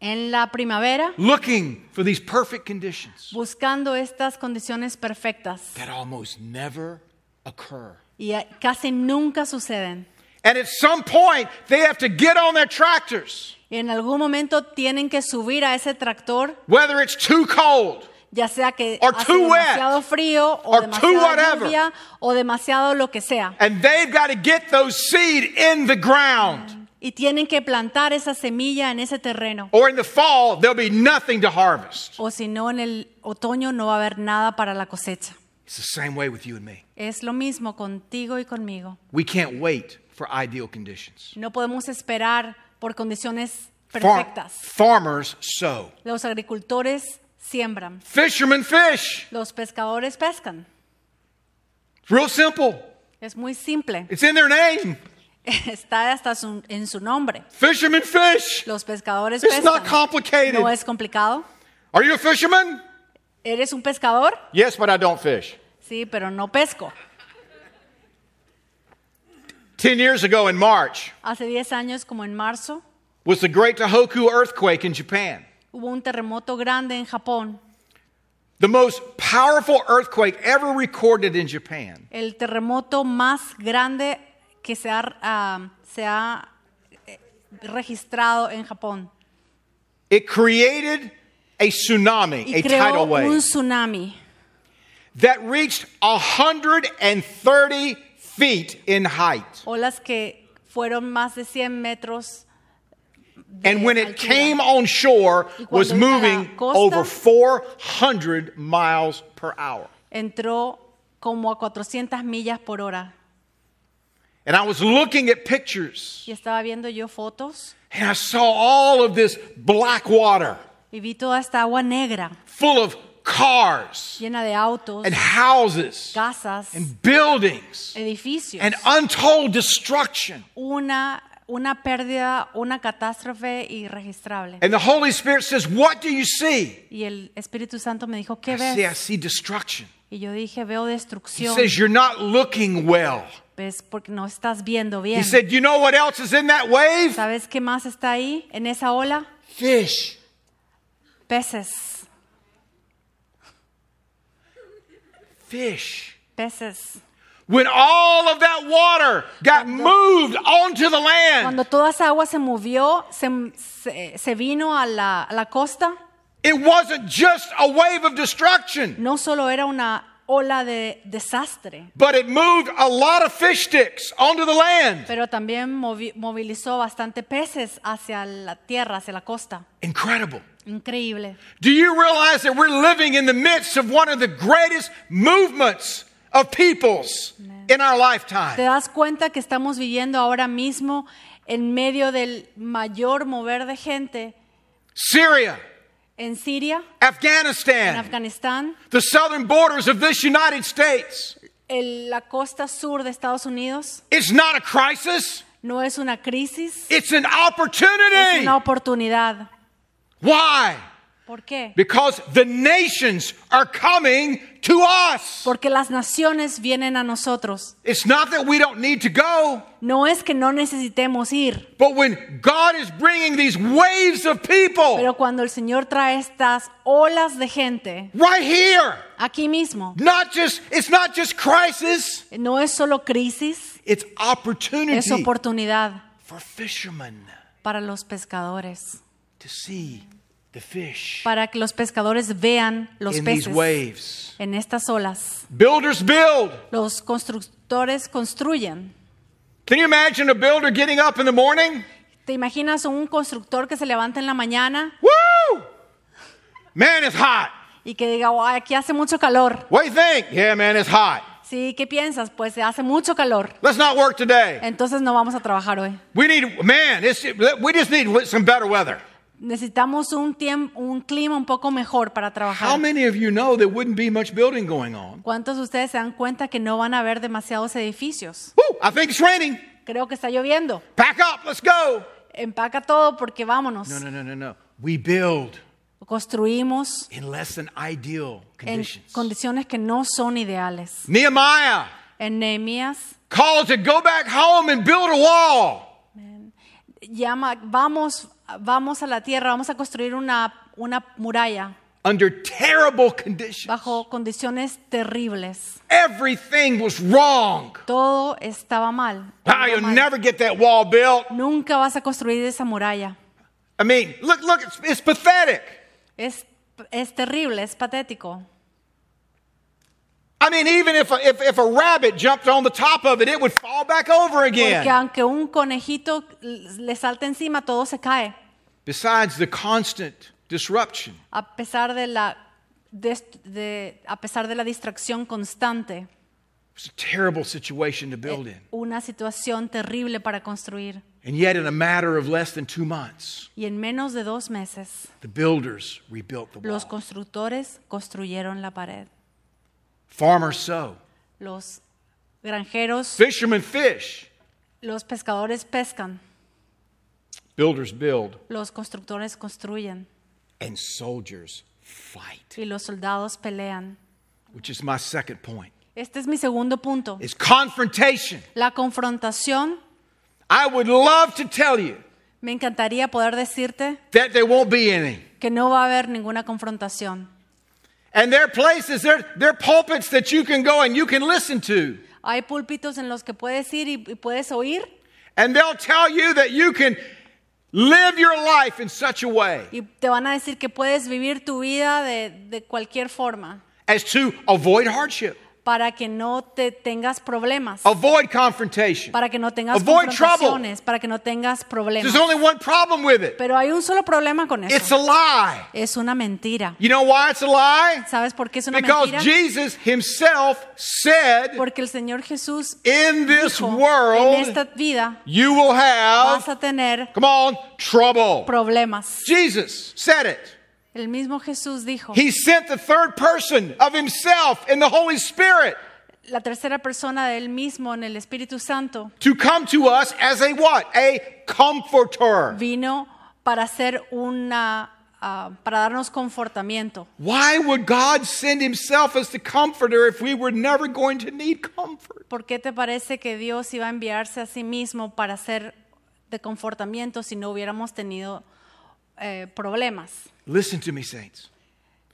Speaker 2: En la primavera,
Speaker 1: looking for these perfect conditions
Speaker 2: buscando estas condiciones perfectas.
Speaker 1: that almost never occur.
Speaker 2: Y eh, casi nunca suceden.
Speaker 1: And at some point, they have to get on their tractors,
Speaker 2: Y en algún momento tienen que subir a ese tractor,
Speaker 1: whether it's too cold
Speaker 2: ya sea que
Speaker 1: Or
Speaker 2: hace
Speaker 1: too wet.
Speaker 2: demasiado frío o
Speaker 1: Or too
Speaker 2: demasiada
Speaker 1: whatever.
Speaker 2: lluvia o demasiado lo que sea.
Speaker 1: and they've got to get those seed in the ground.
Speaker 2: Y tienen que plantar esa semilla en ese terreno.
Speaker 1: Or in the fall, there'll be nothing to harvest.
Speaker 2: O si no, en el otoño no va a haber nada para la cosecha.
Speaker 1: It's the same way with you and me.
Speaker 2: Es lo mismo contigo y conmigo.
Speaker 1: We can't wait for ideal conditions.
Speaker 2: No podemos esperar por condiciones
Speaker 1: Far-
Speaker 2: perfectas.
Speaker 1: farmers sow.
Speaker 2: Los agricultores siembran,
Speaker 1: Fishermen fish.
Speaker 2: los pescadores pescan.
Speaker 1: It's real simple.
Speaker 2: Es muy simple.
Speaker 1: It's in their name.
Speaker 2: Está hasta su- en su nombre.
Speaker 1: Fishermen fish.
Speaker 2: Los pescadores
Speaker 1: It's
Speaker 2: pescan.
Speaker 1: not complicated.
Speaker 2: No es complicado.
Speaker 1: Are you a fisherman?
Speaker 2: ¿Eres un pescador?
Speaker 1: Yes, but I don't fish.
Speaker 2: Sí, pero no pesco.
Speaker 1: Ten years ago in March
Speaker 2: Hace 10 años, como en marzo,
Speaker 1: was the Great Tohoku earthquake in Japan.
Speaker 2: hubo un terremoto grande en Japón.
Speaker 1: The most powerful earthquake ever recorded in Japan.
Speaker 2: El terremoto más grande que se ha, ah, se ha eh, registrado en Japón.
Speaker 1: It created a tsunami,
Speaker 2: Y
Speaker 1: a
Speaker 2: creó
Speaker 1: tidal wave
Speaker 2: un tsunami
Speaker 1: that reached 130 feet in height.
Speaker 2: olas que fueron más de 100 metros. de
Speaker 1: And when it
Speaker 2: altura.
Speaker 1: came on shore,
Speaker 2: Y cuando
Speaker 1: was
Speaker 2: vino a la
Speaker 1: moving
Speaker 2: costa-
Speaker 1: over 400 miles per hour.
Speaker 2: entró como a 400 millas por hora.
Speaker 1: And I was looking at pictures
Speaker 2: Y estaba viendo yo fotos
Speaker 1: and I saw all of this black water
Speaker 2: y vi toda esta agua negra
Speaker 1: full of cars
Speaker 2: llena de autos,
Speaker 1: and houses
Speaker 2: casas,
Speaker 1: and buildings
Speaker 2: edificios,
Speaker 1: and untold destruction.
Speaker 2: una una pérdida, una catástrofe irregistrable.
Speaker 1: And the Holy Spirit says, What do you see?
Speaker 2: Y el Espíritu Santo me dijo, ¿qué
Speaker 1: I say, I
Speaker 2: ves?
Speaker 1: see destruction.
Speaker 2: Y yo dije, veo
Speaker 1: He
Speaker 2: destrucción.
Speaker 1: says, You're not looking well.
Speaker 2: Ves porque no estás viendo
Speaker 1: He
Speaker 2: bien.
Speaker 1: said, You know what else is in that wave?
Speaker 2: ¿Sabes qué más está ahí en esa ola?
Speaker 1: Fish.
Speaker 2: Peces,
Speaker 1: Fish.
Speaker 2: peces.
Speaker 1: When all of that water got moved onto the land,
Speaker 2: Cuando toda esa agua se movió, se, se- se vino a la, a la costa,
Speaker 1: it wasn't just a wave of destruction,
Speaker 2: no solo era una ola de desastre,
Speaker 1: but it moved a lot of fish sticks onto the land.
Speaker 2: pero también movi- movilizó bastante peces hacia la tierra, hacia la costa.
Speaker 1: Incredible.
Speaker 2: Increíble.
Speaker 1: Do you realize that we're living in the midst of one of the greatest movements of peoples in our lifetime?
Speaker 2: ¿Te das cuenta que estamos viviendo ahora mismo en medio del mayor mover de gente
Speaker 1: Syria,
Speaker 2: en Siria, en
Speaker 1: Afghanistan,
Speaker 2: Afganistán,
Speaker 1: the southern borders of this United States.
Speaker 2: en la costa sur de Estados Unidos?
Speaker 1: It's not a crisis,
Speaker 2: No es una crisis,
Speaker 1: it's an
Speaker 2: es
Speaker 1: opportunity.
Speaker 2: una oportunidad.
Speaker 1: Why?
Speaker 2: ¿Por qué?
Speaker 1: Because the nations are coming to us.
Speaker 2: Porque las naciones vienen a nosotros.
Speaker 1: It's not that we don't need to go,
Speaker 2: No es que no necesitemos ir,
Speaker 1: but when God is bringing these waves of people
Speaker 2: pero cuando el Señor trae estas olas de gente
Speaker 1: right here,
Speaker 2: aquí mismo,
Speaker 1: not just it's not just crisis,
Speaker 2: no es solo crisis,
Speaker 1: it's
Speaker 2: es
Speaker 1: opportunity
Speaker 2: oportunidad
Speaker 1: for fishermen
Speaker 2: para los pescadores,
Speaker 1: to see the fish
Speaker 2: para que los pescadores vean los
Speaker 1: in these
Speaker 2: peces
Speaker 1: waves.
Speaker 2: en estas olas.
Speaker 1: Builders build.
Speaker 2: Los constructores construyen.
Speaker 1: Can you imagine a builder getting up in the morning?
Speaker 2: ¿Te imaginas un constructor que se levanta en la mañana
Speaker 1: Woo! Man, it's hot.
Speaker 2: y que diga, "Guau, aquí hace mucho calor?
Speaker 1: What do you think? Yeah, man, it's hot.
Speaker 2: Sí, ¿qué piensas? Pues hace mucho calor.
Speaker 1: Let's not work today.
Speaker 2: Entonces no vamos a trabajar hoy.
Speaker 1: We need, man, it's, we just need some better weather.
Speaker 2: Necesitamos un, tiempo, un clima un poco mejor para
Speaker 1: How
Speaker 2: trabajar.
Speaker 1: many of you know there wouldn't be much building going on?
Speaker 2: ¿Cuántos de ustedes se dan cuenta que no van a haber demasiados edificios?
Speaker 1: Woo! I think it's raining.
Speaker 2: Creo que está lloviendo.
Speaker 1: Pack up. Let's go.
Speaker 2: Empaca todo porque vámonos.
Speaker 1: No, no, no, no, no. We build
Speaker 2: Construimos
Speaker 1: in less than ideal
Speaker 2: en
Speaker 1: conditions.
Speaker 2: condiciones que no son ideales.
Speaker 1: Nehemiah
Speaker 2: En Nehemías
Speaker 1: calls to go back home and build a wall.
Speaker 2: llama, vamos, vamos a la tierra, vamos a construir una, una muralla
Speaker 1: Under terrible conditions,
Speaker 2: bajo condiciones terribles.
Speaker 1: everything was wrong.
Speaker 2: Todo estaba mal.
Speaker 1: Ah,
Speaker 2: Todo
Speaker 1: you'll
Speaker 2: mal.
Speaker 1: never get that wall built.
Speaker 2: Nunca vas a construir esa muralla.
Speaker 1: I mean, look, look, it's, it's pathetic.
Speaker 2: Es, es terrible, es patético.
Speaker 1: I mean, even if a, if, if a rabbit jumped on the top of it, it would fall back over
Speaker 2: Porque
Speaker 1: again.
Speaker 2: aunque un conejito le salta encima, todo se cae.
Speaker 1: Besides the constant disruption,
Speaker 2: A pesar de la, des- de- a pesar de la distracción constante,
Speaker 1: it's a terrible situation to build in.
Speaker 2: una situación terrible para construir.
Speaker 1: And yet, in a matter of less than two months,
Speaker 2: Y en menos de dos meses,
Speaker 1: the builders rebuilt the
Speaker 2: los
Speaker 1: wall.
Speaker 2: constructores construyeron la pared.
Speaker 1: Farmers sow,
Speaker 2: Los granjeros,
Speaker 1: fishermen fish,
Speaker 2: los pescadores pescan,
Speaker 1: builders build,
Speaker 2: los constructores construyen
Speaker 1: and soldiers fight.
Speaker 2: y los soldados pelean.
Speaker 1: Which is my second point:
Speaker 2: Este es mi segundo punto.
Speaker 1: is confrontation.
Speaker 2: La confrontación,
Speaker 1: I would love to tell you
Speaker 2: me encantaría poder decirte
Speaker 1: that there won't be any.
Speaker 2: que no va a haber ninguna confrontación.
Speaker 1: And there are places, there, there are pulpits that you can go and you can listen to.
Speaker 2: Hay púlpitos en los que puedes ir y, y puedes oír
Speaker 1: And they'll tell you that you can live your life in such a way
Speaker 2: y te van a decir que puedes vivir tu vida de, de cualquier forma
Speaker 1: as to avoid hardship,
Speaker 2: para que no te tengas problemas,
Speaker 1: avoid confrontation.
Speaker 2: para que no tengas
Speaker 1: Oh, Avoid
Speaker 2: confrontaciones, para que no tengas problemas.
Speaker 1: There's only one problem with it
Speaker 2: Pero hay un solo problema con
Speaker 1: it's
Speaker 2: eso.
Speaker 1: a lie.
Speaker 2: Es una mentira.
Speaker 1: You know why it's a lie?
Speaker 2: ¿Sabes por qué es una mentira?
Speaker 1: Because Jesus himself said,
Speaker 2: Porque el Señor Jesús
Speaker 1: In this
Speaker 2: dijo, en esta
Speaker 1: world,
Speaker 2: vida
Speaker 1: you will
Speaker 2: vas
Speaker 1: have,
Speaker 2: a tener
Speaker 1: come on, trouble.
Speaker 2: problemas.
Speaker 1: Jesus said it.
Speaker 2: El mismo Jesús dijo,
Speaker 1: He sent the third person of himself in the Holy Spirit
Speaker 2: la tercera persona de él mismo en el Espíritu Santo
Speaker 1: to come to us as a what? A comforter.
Speaker 2: vino para hacer una ah, para darnos confortamiento.
Speaker 1: Why would God send himself as the comforter if we were never going to need comfort?
Speaker 2: ¿Por qué te parece que Dios iba a enviarse a sí mismo para hacer de confortamiento si no hubiéramos tenido eh, problemas?
Speaker 1: Listen to me, saints.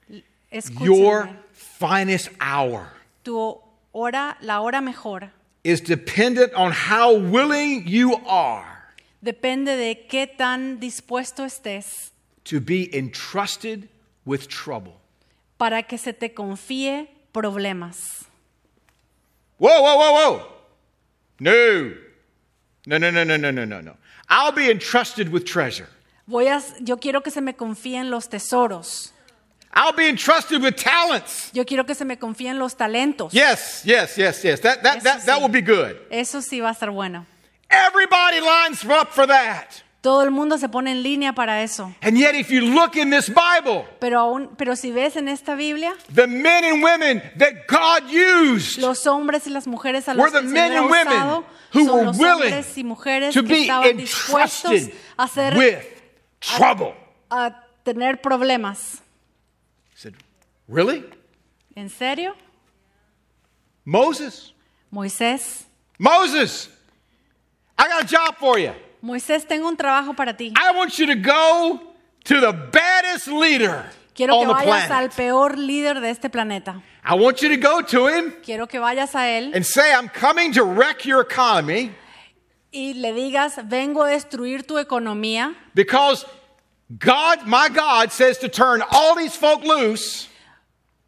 Speaker 1: Your
Speaker 2: Escúchame,
Speaker 1: finest hour
Speaker 2: tu hora, la hora mejor,
Speaker 1: is dependent on how willing you are
Speaker 2: depende de qué tan dispuesto estés
Speaker 1: to be entrusted with trouble.
Speaker 2: para que se te confíe problemas.
Speaker 1: Whoa, whoa, whoa, whoa. No. No, no, no, no, no, no, no, no. I'll be entrusted with treasure.
Speaker 2: Voy a, yo quiero que se me confíen los tesoros.
Speaker 1: I'll be entrusted with talents.
Speaker 2: Yo quiero que se me confíen los talentos.
Speaker 1: Yes, yes, yes, yes. That, that,
Speaker 2: Eso
Speaker 1: that, that
Speaker 2: sí.
Speaker 1: will be good.
Speaker 2: Eso sí va a estar bueno.
Speaker 1: Everybody lines up for that.
Speaker 2: Todo el mundo se pone en línea para eso.
Speaker 1: And yet, if you look in this Bible,
Speaker 2: Pero aún, pero si ves en esta Biblia,
Speaker 1: the men and women that God used
Speaker 2: los hombres y las mujeres a
Speaker 1: Were
Speaker 2: los
Speaker 1: the
Speaker 2: que el
Speaker 1: men
Speaker 2: Señor ha
Speaker 1: and women
Speaker 2: usado
Speaker 1: who were
Speaker 2: son los
Speaker 1: willing
Speaker 2: hombres y mujeres
Speaker 1: to
Speaker 2: que
Speaker 1: be
Speaker 2: estaban dispuestos
Speaker 1: entrusted
Speaker 2: a hacer
Speaker 1: with trouble.
Speaker 2: a tener problemas.
Speaker 1: I said, Really?
Speaker 2: ¿En serio?
Speaker 1: Moses?
Speaker 2: Moisés,
Speaker 1: Moses, I got a job for you.
Speaker 2: Moisés, tengo un trabajo para ti.
Speaker 1: I want you to go to the baddest leader
Speaker 2: Quiero
Speaker 1: on
Speaker 2: que
Speaker 1: the
Speaker 2: vayas al
Speaker 1: planet.
Speaker 2: peor líder de este planeta.
Speaker 1: I want you to go to him
Speaker 2: Quiero que vayas a él
Speaker 1: and say, I'm coming to wreck your economy
Speaker 2: y le digas, vengo a destruir tu economía
Speaker 1: because God, my God, says to turn all these folk loose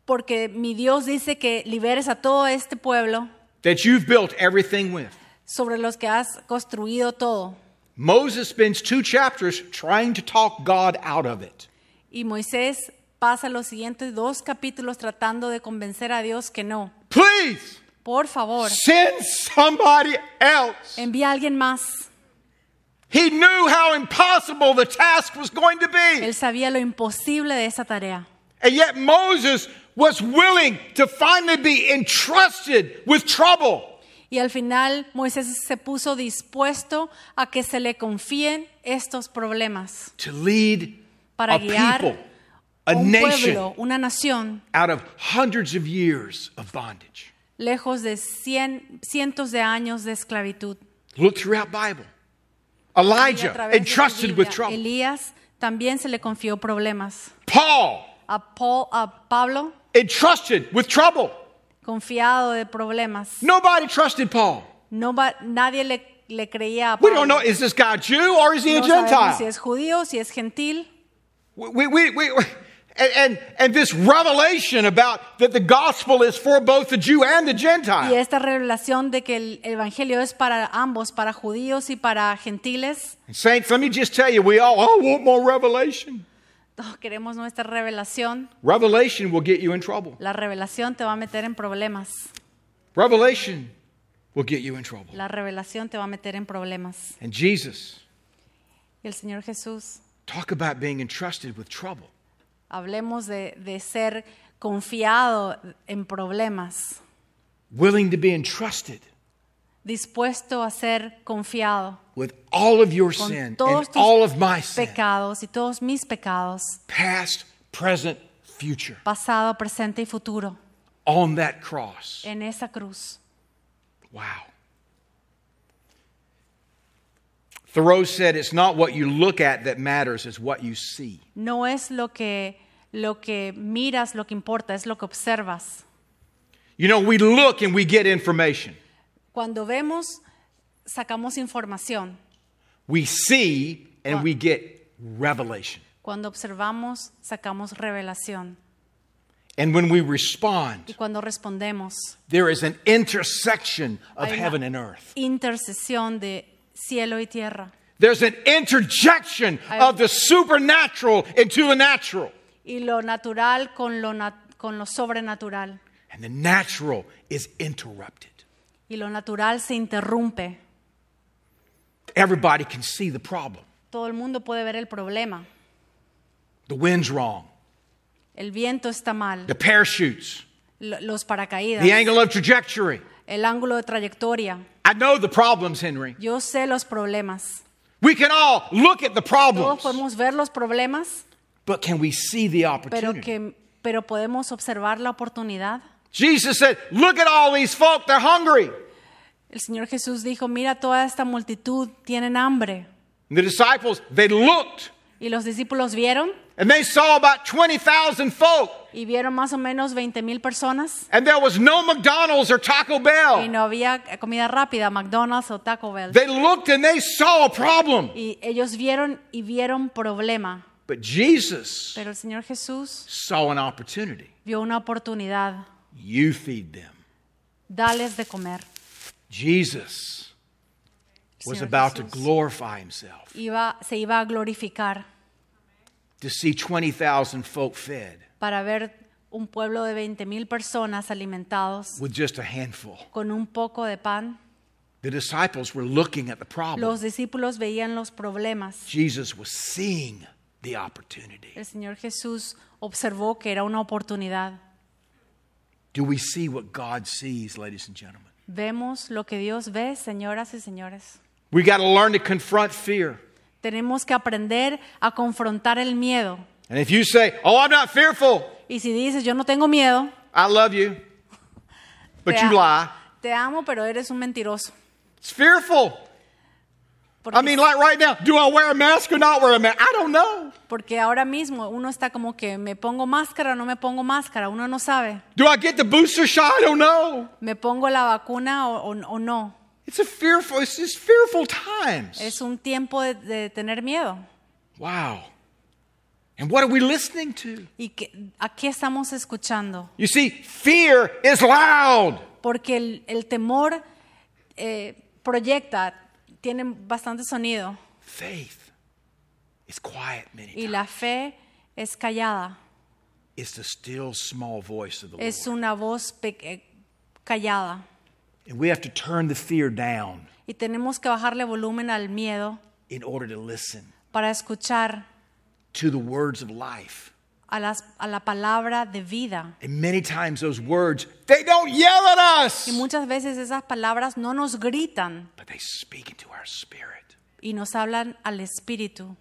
Speaker 2: porque mi Dios dice que liberes a todo este pueblo
Speaker 1: that you've built everything with.
Speaker 2: sobre los que has construido todo.
Speaker 1: Moses spends two chapters trying to talk God out of it.
Speaker 2: Y Moisés pasa los siguientes dos capítulos tratando de convencer a Dios que no.
Speaker 1: Please
Speaker 2: Por favor,
Speaker 1: send somebody else.
Speaker 2: envía a alguien más.
Speaker 1: He knew how impossible the task was going to be.
Speaker 2: Él sabía lo imposible de esa tarea.
Speaker 1: And yet Moses was willing to finally be entrusted with trouble.
Speaker 2: Y al final Moisés se puso dispuesto a que se le confíen estos problemas
Speaker 1: To lead
Speaker 2: para
Speaker 1: a people,
Speaker 2: guiar
Speaker 1: a
Speaker 2: a un
Speaker 1: nation
Speaker 2: pueblo, una nación,
Speaker 1: out of hundreds of years of bondage.
Speaker 2: lejos de cien- cientos de años de esclavitud.
Speaker 1: Look throughout Bible.
Speaker 2: Y a
Speaker 1: Elijah
Speaker 2: través de su
Speaker 1: entrusted with
Speaker 2: Biblia,
Speaker 1: trouble.
Speaker 2: Elías también se le confió problemas.
Speaker 1: Paul
Speaker 2: A, Paul- a Pablo
Speaker 1: entrusted with trouble.
Speaker 2: confiado de problemas.
Speaker 1: Nobody trusted Paul.
Speaker 2: No va- nadie le, le creía a
Speaker 1: We
Speaker 2: Pablo.
Speaker 1: don't know is this guy a Jew or is he a
Speaker 2: No sabemos si
Speaker 1: Gentile?
Speaker 2: es judío, si es gentil.
Speaker 1: We, we, we, we- and, and, and this revelation about that the gospel is for both the Jew and the Gentile.
Speaker 2: Y esta revelación de que el evangelio es para ambos, para judíos y para gentiles.
Speaker 1: Saints, let me just tell you, we all, all want more revelation.
Speaker 2: Todos queremos nuestra revelación.
Speaker 1: Revelation will get you in trouble.
Speaker 2: La revelación te va a meter en problemas.
Speaker 1: Revelation will get you in trouble.
Speaker 2: La revelación te va a meter en problemas.
Speaker 1: And Jesus,
Speaker 2: Y el Señor Jesús,
Speaker 1: talk about being entrusted with trouble.
Speaker 2: hablemos de, de ser confiado en problemas,
Speaker 1: Willing to be entrusted
Speaker 2: dispuesto a ser confiado
Speaker 1: with all of your
Speaker 2: con
Speaker 1: sin and
Speaker 2: todos tus
Speaker 1: all of my sin,
Speaker 2: pecados y todos mis pecados.
Speaker 1: past, present, future,
Speaker 2: pasado, presente y futuro
Speaker 1: on that cross.
Speaker 2: en esa cruz.
Speaker 1: Wow. Thoreau said, It's not what you look at that matters, it's what you see.
Speaker 2: No es lo que lo que miras, lo que importa, es lo que observas.
Speaker 1: You know, we look and we get information.
Speaker 2: Cuando vemos, sacamos información.
Speaker 1: We see and we get revelation.
Speaker 2: Cuando observamos, sacamos revelación.
Speaker 1: And when we
Speaker 2: Y
Speaker 1: respond,
Speaker 2: cuando respondemos,
Speaker 1: there is an intersection of
Speaker 2: Hay una-
Speaker 1: heaven and earth.
Speaker 2: intercesión de cielo y tierra.
Speaker 1: There's an interjection
Speaker 2: Hay-
Speaker 1: of the supernatural into the natural.
Speaker 2: Y lo natural con lo, nat- con lo sobrenatural.
Speaker 1: And the natural is interrupted.
Speaker 2: Y lo natural se interrumpe.
Speaker 1: Everybody can see the problem.
Speaker 2: Todo el mundo puede ver el problema.
Speaker 1: The wind's wrong,
Speaker 2: El viento está mal.
Speaker 1: the parachutes,
Speaker 2: lo- los paracaídas,
Speaker 1: the angle of trajectory.
Speaker 2: el ángulo de trayectoria.
Speaker 1: I know the problems, Henry.
Speaker 2: Yo sé los problemas.
Speaker 1: We can all look at the
Speaker 2: Todos
Speaker 1: problems,
Speaker 2: podemos ver los problemas,
Speaker 1: but can we see the
Speaker 2: pero,
Speaker 1: opportunity?
Speaker 2: que, pero podemos observar la oportunidad.
Speaker 1: Jesus said, Look at all these folk, they're hungry.
Speaker 2: El Señor Jesús dijo, mira, toda esta multitud tienen hambre.
Speaker 1: And the disciples, they looked
Speaker 2: Y los discípulos vieron
Speaker 1: and they saw about 20,000 folk,
Speaker 2: y vieron más o menos 20 mil personas.
Speaker 1: and there was no McDonald's or Taco
Speaker 2: Y
Speaker 1: Bell.
Speaker 2: no había comida rápida, McDonald's o Taco Bell.
Speaker 1: They looked and they saw a problem.
Speaker 2: Y ellos vieron y vieron problema.
Speaker 1: But Jesus
Speaker 2: Pero el Señor Jesús
Speaker 1: saw an opportunity.
Speaker 2: vio una oportunidad.
Speaker 1: You feed them.
Speaker 2: Dales de comer.
Speaker 1: Jesus
Speaker 2: El
Speaker 1: was
Speaker 2: Señor
Speaker 1: about to
Speaker 2: Jesús
Speaker 1: glorify himself,
Speaker 2: iba- se iba a glorificar
Speaker 1: to see 20,000 folk fed
Speaker 2: para ver un pueblo de 20 mil personas alimentados
Speaker 1: with just a handful.
Speaker 2: con un poco de pan.
Speaker 1: The disciples were looking at the problem.
Speaker 2: Los discípulos veían los problemas.
Speaker 1: Jesus was seeing the opportunity.
Speaker 2: El Señor Jesús observó que era una oportunidad.
Speaker 1: Do we see what God sees, ladies and gentlemen?
Speaker 2: Vemos lo que Dios ve, señoras y señores.
Speaker 1: We got to learn to confront fear.
Speaker 2: Tenemos que aprender a confrontar el miedo.
Speaker 1: And if you say, Oh, I'm not fearful,
Speaker 2: Y si dices, yo no tengo miedo,
Speaker 1: I love you, but
Speaker 2: te,
Speaker 1: you
Speaker 2: a-
Speaker 1: lie,
Speaker 2: te amo, pero eres un mentiroso.
Speaker 1: it's fearful.
Speaker 2: Porque,
Speaker 1: I mean, like right now, do I wear a mask or not wear a mask? I don't know.
Speaker 2: porque ahora mismo uno está como que me pongo máscara o no me pongo máscara, uno no sabe.
Speaker 1: Do I get the booster shot? I don't know.
Speaker 2: ¿Me pongo la vacuna o, o- o no?
Speaker 1: It's a fearful, it's just fearful times.
Speaker 2: Es un tiempo de, de tener miedo.
Speaker 1: wow. And what are we listening to?
Speaker 2: ¿Y qué- a qué estamos escuchando?
Speaker 1: You see, fear is loud.
Speaker 2: Porque el, el temor eh, proyecta, tiene bastante sonido
Speaker 1: Faith is quiet many
Speaker 2: y
Speaker 1: times.
Speaker 2: la fe es callada,
Speaker 1: It's the still small voice of the
Speaker 2: es
Speaker 1: Lord.
Speaker 2: una voz pe- eh, callada.
Speaker 1: And we have to turn the fear down
Speaker 2: Y tenemos que bajarle volumen al miedo
Speaker 1: in order to listen
Speaker 2: para escuchar
Speaker 1: to the words of life.
Speaker 2: a, las- a la palabra de vida.
Speaker 1: And many times those words, they don't yell at
Speaker 2: Y
Speaker 1: us,
Speaker 2: muchas veces esas palabras no nos gritan
Speaker 1: but they speak into our spirit.
Speaker 2: y nos hablan al espíritu.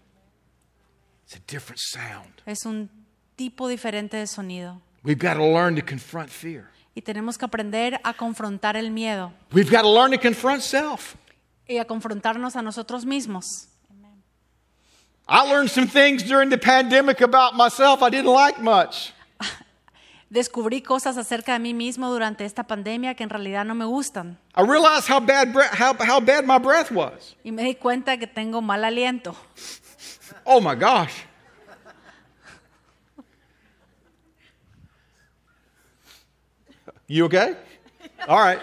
Speaker 1: It's a different sound.
Speaker 2: Es un tipo diferente de sonido.
Speaker 1: We've got to learn to confront fear.
Speaker 2: Y tenemos que aprender a confrontar el miedo
Speaker 1: We've got to learn to confront self.
Speaker 2: y a confrontarnos a nosotros mismos.
Speaker 1: I learned some things during the pandemic about myself I didn't like much.
Speaker 2: Descubrí cosas acerca de mí mismo durante esta pandemia que en realidad no me gustan.
Speaker 1: I realized how bad, bre- how, how bad my breath was.
Speaker 2: Y me di cuenta que tengo mal aliento.
Speaker 1: Oh my gosh. You okay? All right.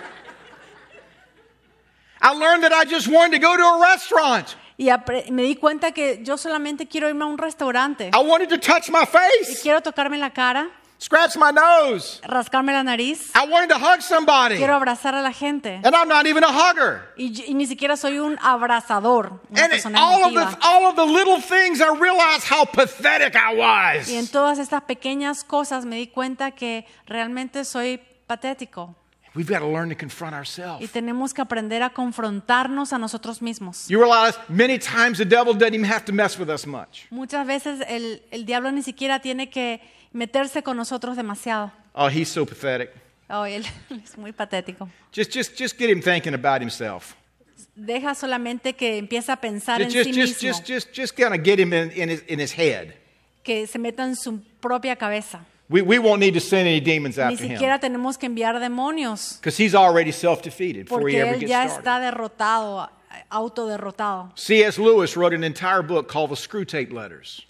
Speaker 1: I learned that I just wanted to go to a restaurant.
Speaker 2: Y apre- me di cuenta que yo solamente quiero irme a un restaurante.
Speaker 1: I wanted to touch my
Speaker 2: Y
Speaker 1: face,
Speaker 2: quiero tocarme la cara,
Speaker 1: scratch my nose.
Speaker 2: rascarme la nariz.
Speaker 1: I wanted to hug somebody.
Speaker 2: Quiero abrazar a la gente.
Speaker 1: And I'm not even a hugger.
Speaker 2: Y, yo- y ni siquiera soy un abrazador. una
Speaker 1: And it-
Speaker 2: persona
Speaker 1: all of
Speaker 2: emotiva.
Speaker 1: the all of the little things, I realized how pathetic I
Speaker 2: Y en
Speaker 1: was.
Speaker 2: todas estas pequeñas cosas me di cuenta que realmente soy patético
Speaker 1: We've got to learn to confront
Speaker 2: y
Speaker 1: ourselves.
Speaker 2: tenemos que aprender a confrontarnos a nosotros mismos.
Speaker 1: You realize many times the devil doesn't even have to mess with us much.
Speaker 2: Muchas veces el, el diablo ni siquiera tiene que meterse con nosotros demasiado.
Speaker 1: Oh, he's so pathetic.
Speaker 2: Oh, él es muy patético.
Speaker 1: Just just just get him thinking about himself.
Speaker 2: Deja solamente que empiece a pensar en
Speaker 1: Just just
Speaker 2: sí
Speaker 1: just
Speaker 2: mismo,
Speaker 1: just just, just kind of get him in, in his in his head.
Speaker 2: que se meta en su propia cabeza.
Speaker 1: We we won't need to send any demons
Speaker 2: Ni
Speaker 1: after
Speaker 2: siquiera
Speaker 1: him.
Speaker 2: tenemos que enviar demonios
Speaker 1: Because he's already self-defeated before he
Speaker 2: porque
Speaker 1: ever
Speaker 2: él ya
Speaker 1: gets
Speaker 2: está
Speaker 1: started.
Speaker 2: derrotado, autoderrotado.
Speaker 1: C.S. Lewis wrote an entire book called The Screw Tape Letters.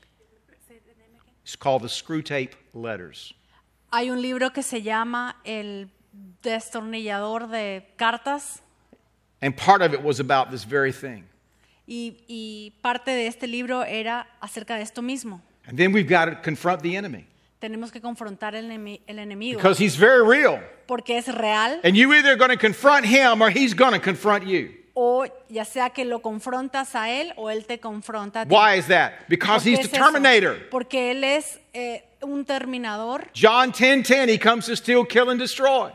Speaker 1: It's called The Screw Tape Letters.
Speaker 2: Hay un libro que se llama El destornillador de cartas
Speaker 1: And part of it was about this very thing.
Speaker 2: y, y parte de este libro era acerca de esto mismo.
Speaker 1: And then we've got to confront the enemy
Speaker 2: Tenemos que confrontar el, enemi- el enemigo
Speaker 1: because he's very real.
Speaker 2: porque es real
Speaker 1: And you either going to confront him or he's going to confront you.
Speaker 2: o ya sea que lo confrontas a él o él te confronta a ti.
Speaker 1: Why is that? Because
Speaker 2: ¿Por qué
Speaker 1: he's the
Speaker 2: es eso?
Speaker 1: Terminator.
Speaker 2: Porque él es eh, un terminador.
Speaker 1: John 10 10, he comes to steal, kill, and destroy.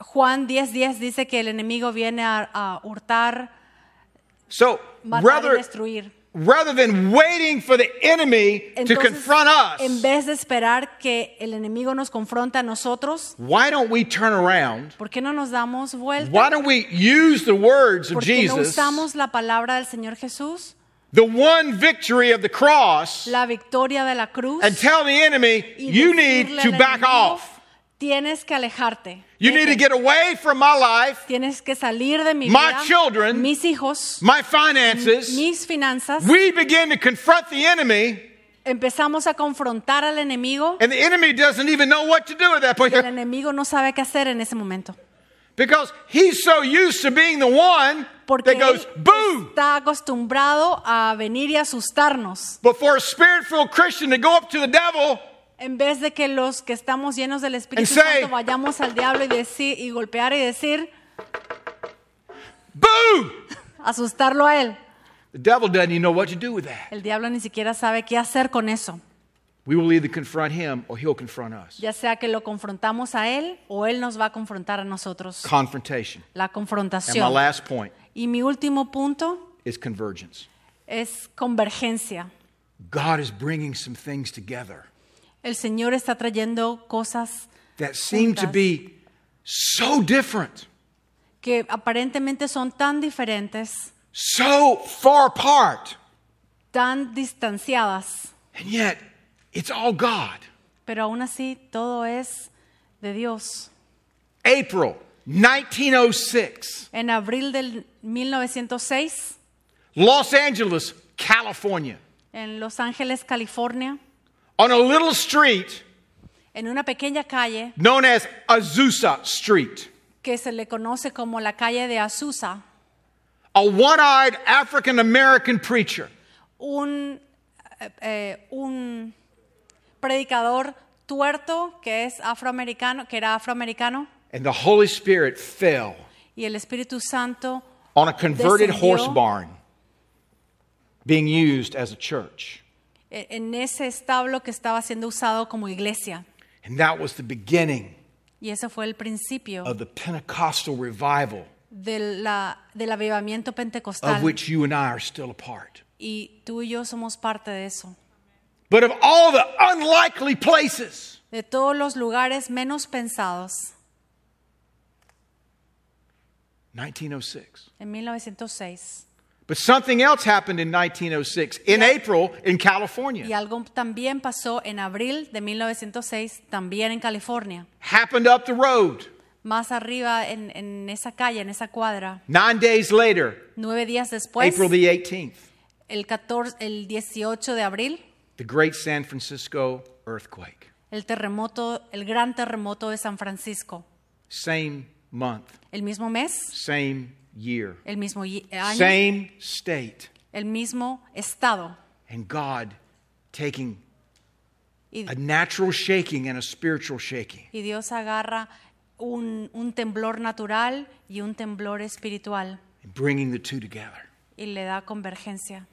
Speaker 2: Juan 10:10 dice que el enemigo viene a, a hurtar,
Speaker 1: So
Speaker 2: matar y
Speaker 1: rather,
Speaker 2: destruir.
Speaker 1: rather than waiting for the enemy to
Speaker 2: Entonces,
Speaker 1: confront
Speaker 2: en
Speaker 1: us,
Speaker 2: vez de esperar que el enemigo nos confronta a nosotros,
Speaker 1: why don't we turn around?
Speaker 2: ¿por qué no nos damos
Speaker 1: Why
Speaker 2: vuelta?
Speaker 1: don't we use the words of
Speaker 2: ¿Por qué no
Speaker 1: Jesus,
Speaker 2: usamos la palabra del Señor Jesús,
Speaker 1: the one victory of the cross,
Speaker 2: la victoria de la cruz?
Speaker 1: and tell the enemy,
Speaker 2: y
Speaker 1: you need
Speaker 2: decirle
Speaker 1: to
Speaker 2: al
Speaker 1: back
Speaker 2: enemigo,
Speaker 1: off.
Speaker 2: Tienes que alejarte.
Speaker 1: You need to
Speaker 2: Vete.
Speaker 1: get away from my life,
Speaker 2: Tienes que salir de mi
Speaker 1: My
Speaker 2: vida.
Speaker 1: children,
Speaker 2: mis hijos,
Speaker 1: my finances.
Speaker 2: mis finanzas.
Speaker 1: We begin to confront the enemy,
Speaker 2: Empezamos a confrontar al enemigo.
Speaker 1: and the enemy doesn't even know what to do at that point
Speaker 2: y el enemigo no sabe qué hacer en ese momento.
Speaker 1: because he's so used to being the one
Speaker 2: Porque
Speaker 1: that goes
Speaker 2: él
Speaker 1: boo.
Speaker 2: está acostumbrado a venir y asustarnos.
Speaker 1: But for a spirit filled Christian to go up to the devil
Speaker 2: En vez de que los que estamos llenos del Espíritu
Speaker 1: And say-
Speaker 2: Santo vayamos al diablo y, decir, y golpear y decir,
Speaker 1: Boo!
Speaker 2: asustarlo a él.
Speaker 1: The devil doesn't even know what to do with that.
Speaker 2: El diablo ni siquiera sabe qué hacer con eso.
Speaker 1: We will either confront him or he'll confront us.
Speaker 2: Ya sea que lo confrontamos a él o él nos va a confrontar a nosotros.
Speaker 1: Confrontation.
Speaker 2: La
Speaker 1: And my
Speaker 2: confrontación.
Speaker 1: last point
Speaker 2: Y mi último punto
Speaker 1: is convergence.
Speaker 2: es convergencia.
Speaker 1: God is bringing some things together
Speaker 2: El Señor está trayendo cosas
Speaker 1: that seem to
Speaker 2: Juntas.
Speaker 1: be so different,
Speaker 2: que aparentemente son tan diferentes,
Speaker 1: so far apart,
Speaker 2: tan distanciadas,
Speaker 1: and yet it's all God.
Speaker 2: pero aún así todo es de Dios.
Speaker 1: April 1906,
Speaker 2: En abril del 1906,
Speaker 1: Los Angeles, California.
Speaker 2: en Los Ángeles, California,
Speaker 1: On a little street
Speaker 2: en una pequeña calle
Speaker 1: known as Azusa Street.
Speaker 2: que se le conoce como la calle de Azusa,
Speaker 1: a one eyed African American preacher
Speaker 2: un, eh, eh, un predicador tuerto que es afroamericano, que era afroamericano,
Speaker 1: and the Holy Spirit fell
Speaker 2: y el Espíritu Santo
Speaker 1: on a converted
Speaker 2: Descendió.
Speaker 1: horse barn being used as a church.
Speaker 2: eh, en ese establo que estaba siendo usado como iglesia.
Speaker 1: And that was the beginning
Speaker 2: Y ese fue el principio
Speaker 1: of the Pentecostal revival
Speaker 2: de la- del avivamiento pentecostal.
Speaker 1: of which you and I are still a part.
Speaker 2: y tú y yo somos parte de eso.
Speaker 1: But of all the unlikely places,
Speaker 2: De todos los lugares menos pensados,
Speaker 1: 1906.
Speaker 2: en 1906.
Speaker 1: But something else happened in 1906 in
Speaker 2: Yeah.
Speaker 1: April in California.
Speaker 2: Y algo también pasó en abril de 1906, también en California.
Speaker 1: Happened up the road.
Speaker 2: Más arriba, en, en esa calle, en esa cuadra.
Speaker 1: Nine days later,
Speaker 2: Nueve días después,
Speaker 1: April the 18th.
Speaker 2: el, 14, el 18 de abril,
Speaker 1: the great San Francisco earthquake.
Speaker 2: el terremoto, el gran terremoto de San Francisco.
Speaker 1: Same month,
Speaker 2: El mismo mes,
Speaker 1: same year,
Speaker 2: el mismo y- eh, año,
Speaker 1: same state,
Speaker 2: el mismo estado.
Speaker 1: and God taking
Speaker 2: Y,
Speaker 1: a natural shaking and a spiritual shaking.
Speaker 2: y Dios agarra un, un temblor natural y un temblor espiritual
Speaker 1: and Bringing the two together.
Speaker 2: y le da convergencia.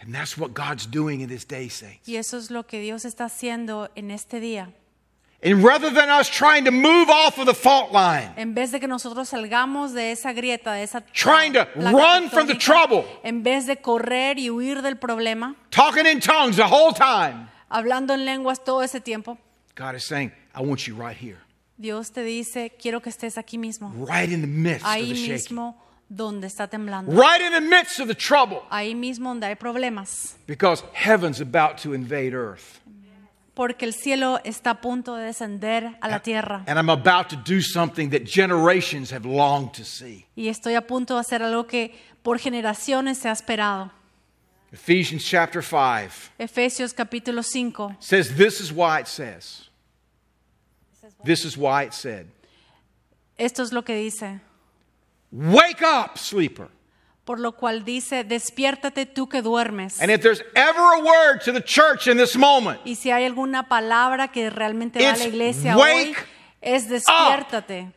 Speaker 1: And that's what God's doing in this day, saints.
Speaker 2: Y eso es lo que Dios está haciendo en este día.
Speaker 1: And rather than us trying to move off of the fault line,
Speaker 2: En vez de que nosotros salgamos de esa grieta, de esa
Speaker 1: Trying to
Speaker 2: placa
Speaker 1: run from the
Speaker 2: tectónica,
Speaker 1: trouble.
Speaker 2: en vez de correr y huir del problema,
Speaker 1: talking in tongues the whole time,
Speaker 2: hablando en lenguas todo ese tiempo,
Speaker 1: God is saying, I want you right here,
Speaker 2: Dios te dice, quiero que estés aquí mismo,
Speaker 1: right in the midst of
Speaker 2: ahí
Speaker 1: the shaking,
Speaker 2: mismo donde está temblando,
Speaker 1: right in the midst of the trouble,
Speaker 2: ahí mismo donde hay problemas.
Speaker 1: because heaven's about to invade earth.
Speaker 2: Porque el cielo está a punto de descender a la tierra.
Speaker 1: And I'm about to do something that generations have longed to see.
Speaker 2: Y estoy a punto de hacer algo que por generaciones se ha esperado.
Speaker 1: Ephesians chapter 5
Speaker 2: Efesios capítulo 5
Speaker 1: says, This is why it says. This is why it said,
Speaker 2: Esto es lo que dice.
Speaker 1: Wake up, sleeper.
Speaker 2: Por lo cual dice, despiértate tú que duermes.
Speaker 1: And if there's ever a word to the church in this moment,
Speaker 2: Y si hay alguna palabra que realmente da a la
Speaker 1: It's
Speaker 2: iglesia
Speaker 1: wake
Speaker 2: hoy, es despiértate.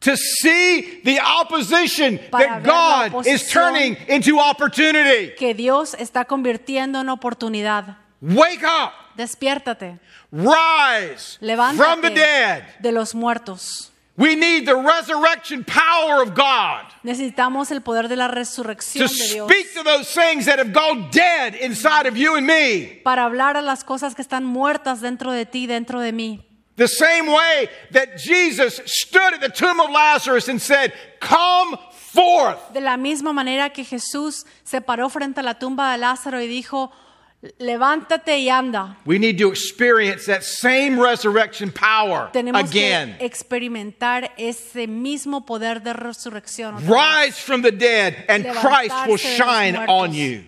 Speaker 1: to see the opposition
Speaker 2: Para
Speaker 1: that
Speaker 2: ver la
Speaker 1: God is
Speaker 2: oposición.
Speaker 1: turning into opportunity.
Speaker 2: que Dios está convirtiendo en oportunidad.
Speaker 1: Wake up,
Speaker 2: Despiértate,
Speaker 1: rise
Speaker 2: levántate
Speaker 1: from the dead.
Speaker 2: de los muertos.
Speaker 1: We need the resurrection power of God
Speaker 2: Necesitamos el poder de la
Speaker 1: to
Speaker 2: resurrección de Dios
Speaker 1: speak to those things that have gone dead inside of you and me.
Speaker 2: para hablar a las cosas que están muertas dentro de ti, dentro de mí.
Speaker 1: The same way that Jesus stood at the tomb of Lazarus and said, Come forth.
Speaker 2: De la misma manera que Jesús se paró frente a la tumba de Lázaro y dijo, levántate y anda.
Speaker 1: We need to experience that same resurrection power
Speaker 2: Tenemos
Speaker 1: again.
Speaker 2: que experimentar ese mismo poder de resurrección. otra vez.
Speaker 1: Rise from the dead, and Christ will
Speaker 2: Levantarse de los
Speaker 1: shine
Speaker 2: muertos.
Speaker 1: on you.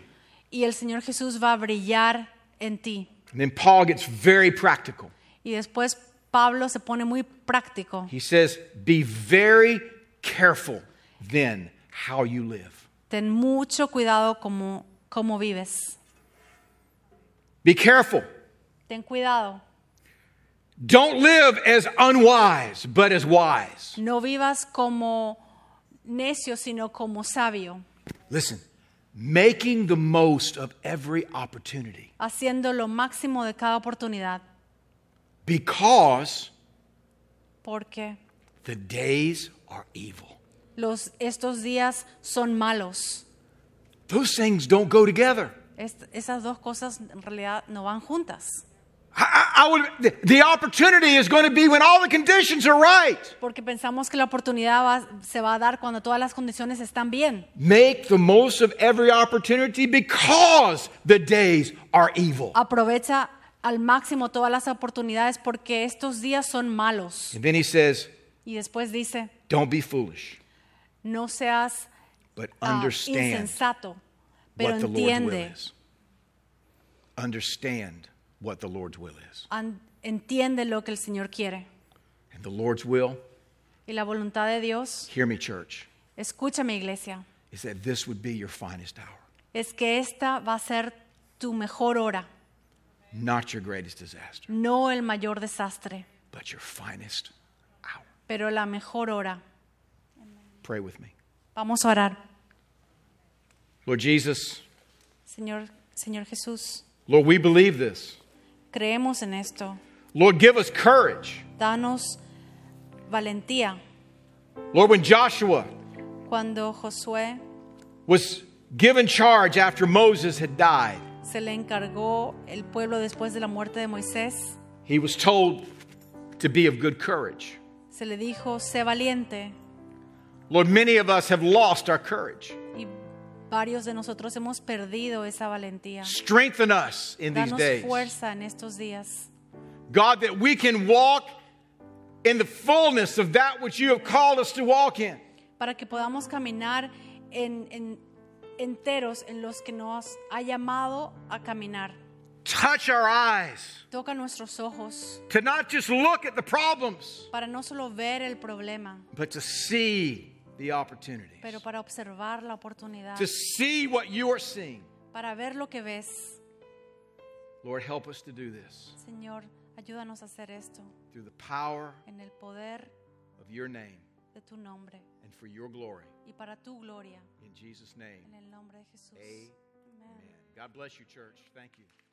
Speaker 2: Y el Señor Jesús va a brillar en ti.
Speaker 1: And then Paul gets very practical.
Speaker 2: Y después Pablo se pone muy práctico.
Speaker 1: He says, Be very careful then how you live.
Speaker 2: Ten mucho cuidado como, como vives.
Speaker 1: Be careful.
Speaker 2: Ten cuidado.
Speaker 1: Don't live as unwise, but as wise.
Speaker 2: No vivas como necio, sino como sabio,
Speaker 1: Listen, making the most of every opportunity
Speaker 2: haciendo lo máximo de cada oportunidad.
Speaker 1: because
Speaker 2: Porque
Speaker 1: the days are evil.
Speaker 2: los, estos días son malos.
Speaker 1: Those things don't go together.
Speaker 2: Est- esas dos cosas en realidad no van juntas.
Speaker 1: I, I- I would, the, the opportunity is going to be when all the conditions are right.
Speaker 2: Porque pensamos que la oportunidad va- se va a dar cuando todas las condiciones están bien.
Speaker 1: Make the most of every opportunity because the days are evil.
Speaker 2: Aprovecha al máximo todas las oportunidades porque estos días son malos.
Speaker 1: And then he says,
Speaker 2: Y después dice,
Speaker 1: Don't be foolish,
Speaker 2: no seas
Speaker 1: but
Speaker 2: ah,
Speaker 1: understand
Speaker 2: insensato, pero
Speaker 1: what the Lord's will
Speaker 2: entiende,
Speaker 1: is. Understand what the Lord's will is.
Speaker 2: an- entiende lo que el Señor quiere.
Speaker 1: And the Lord's will,
Speaker 2: Y la voluntad de Dios,
Speaker 1: hear me, church,
Speaker 2: escúchame iglesia,
Speaker 1: is that this would be your finest hour,
Speaker 2: es que esta va a ser tu mejor hora,
Speaker 1: not your greatest disaster,
Speaker 2: no el mayor desastre,
Speaker 1: but your finest hour.
Speaker 2: pero la mejor hora.
Speaker 1: Pray with me.
Speaker 2: Vamos a orar.
Speaker 1: Lord Jesus,
Speaker 2: Señor, Señor Jesús,
Speaker 1: Lord, we believe this.
Speaker 2: creemos en esto.
Speaker 1: Lord, give us courage.
Speaker 2: Danos valentía.
Speaker 1: Lord, when Joshua
Speaker 2: Cuando Josué
Speaker 1: was given charge after Moses had died,
Speaker 2: se le encargó el pueblo después de la muerte de Moisés,
Speaker 1: he was told to be of good courage.
Speaker 2: se le dijo, sé valiente.
Speaker 1: Lord, many of us have lost our courage.
Speaker 2: Y varios de nosotros hemos perdido esa valentía.
Speaker 1: Strengthen us in these
Speaker 2: Danos
Speaker 1: days.
Speaker 2: fuerza en estos días.
Speaker 1: God, that we can walk in the fullness of that which you have called us to walk in.
Speaker 2: para que podamos caminar en, en- enteros en los que nos ha llamado a caminar.
Speaker 1: Touch our eyes
Speaker 2: Toca nuestros ojos
Speaker 1: to not just look at the problems,
Speaker 2: para no solo ver el problema,
Speaker 1: but to see the opportunities,
Speaker 2: pero para observar la oportunidad,
Speaker 1: to see what you are seeing.
Speaker 2: para ver lo que ves.
Speaker 1: Lord, help us to do this
Speaker 2: Señor, ayúdanos a hacer esto
Speaker 1: through the power
Speaker 2: en el poder
Speaker 1: of your name
Speaker 2: de tu nombre
Speaker 1: and for your glory.
Speaker 2: y para tu gloria,
Speaker 1: In Jesus' name,
Speaker 2: en el nombre de Jesús.
Speaker 1: amen.
Speaker 2: Amén.
Speaker 1: God bless you, church. Thank you.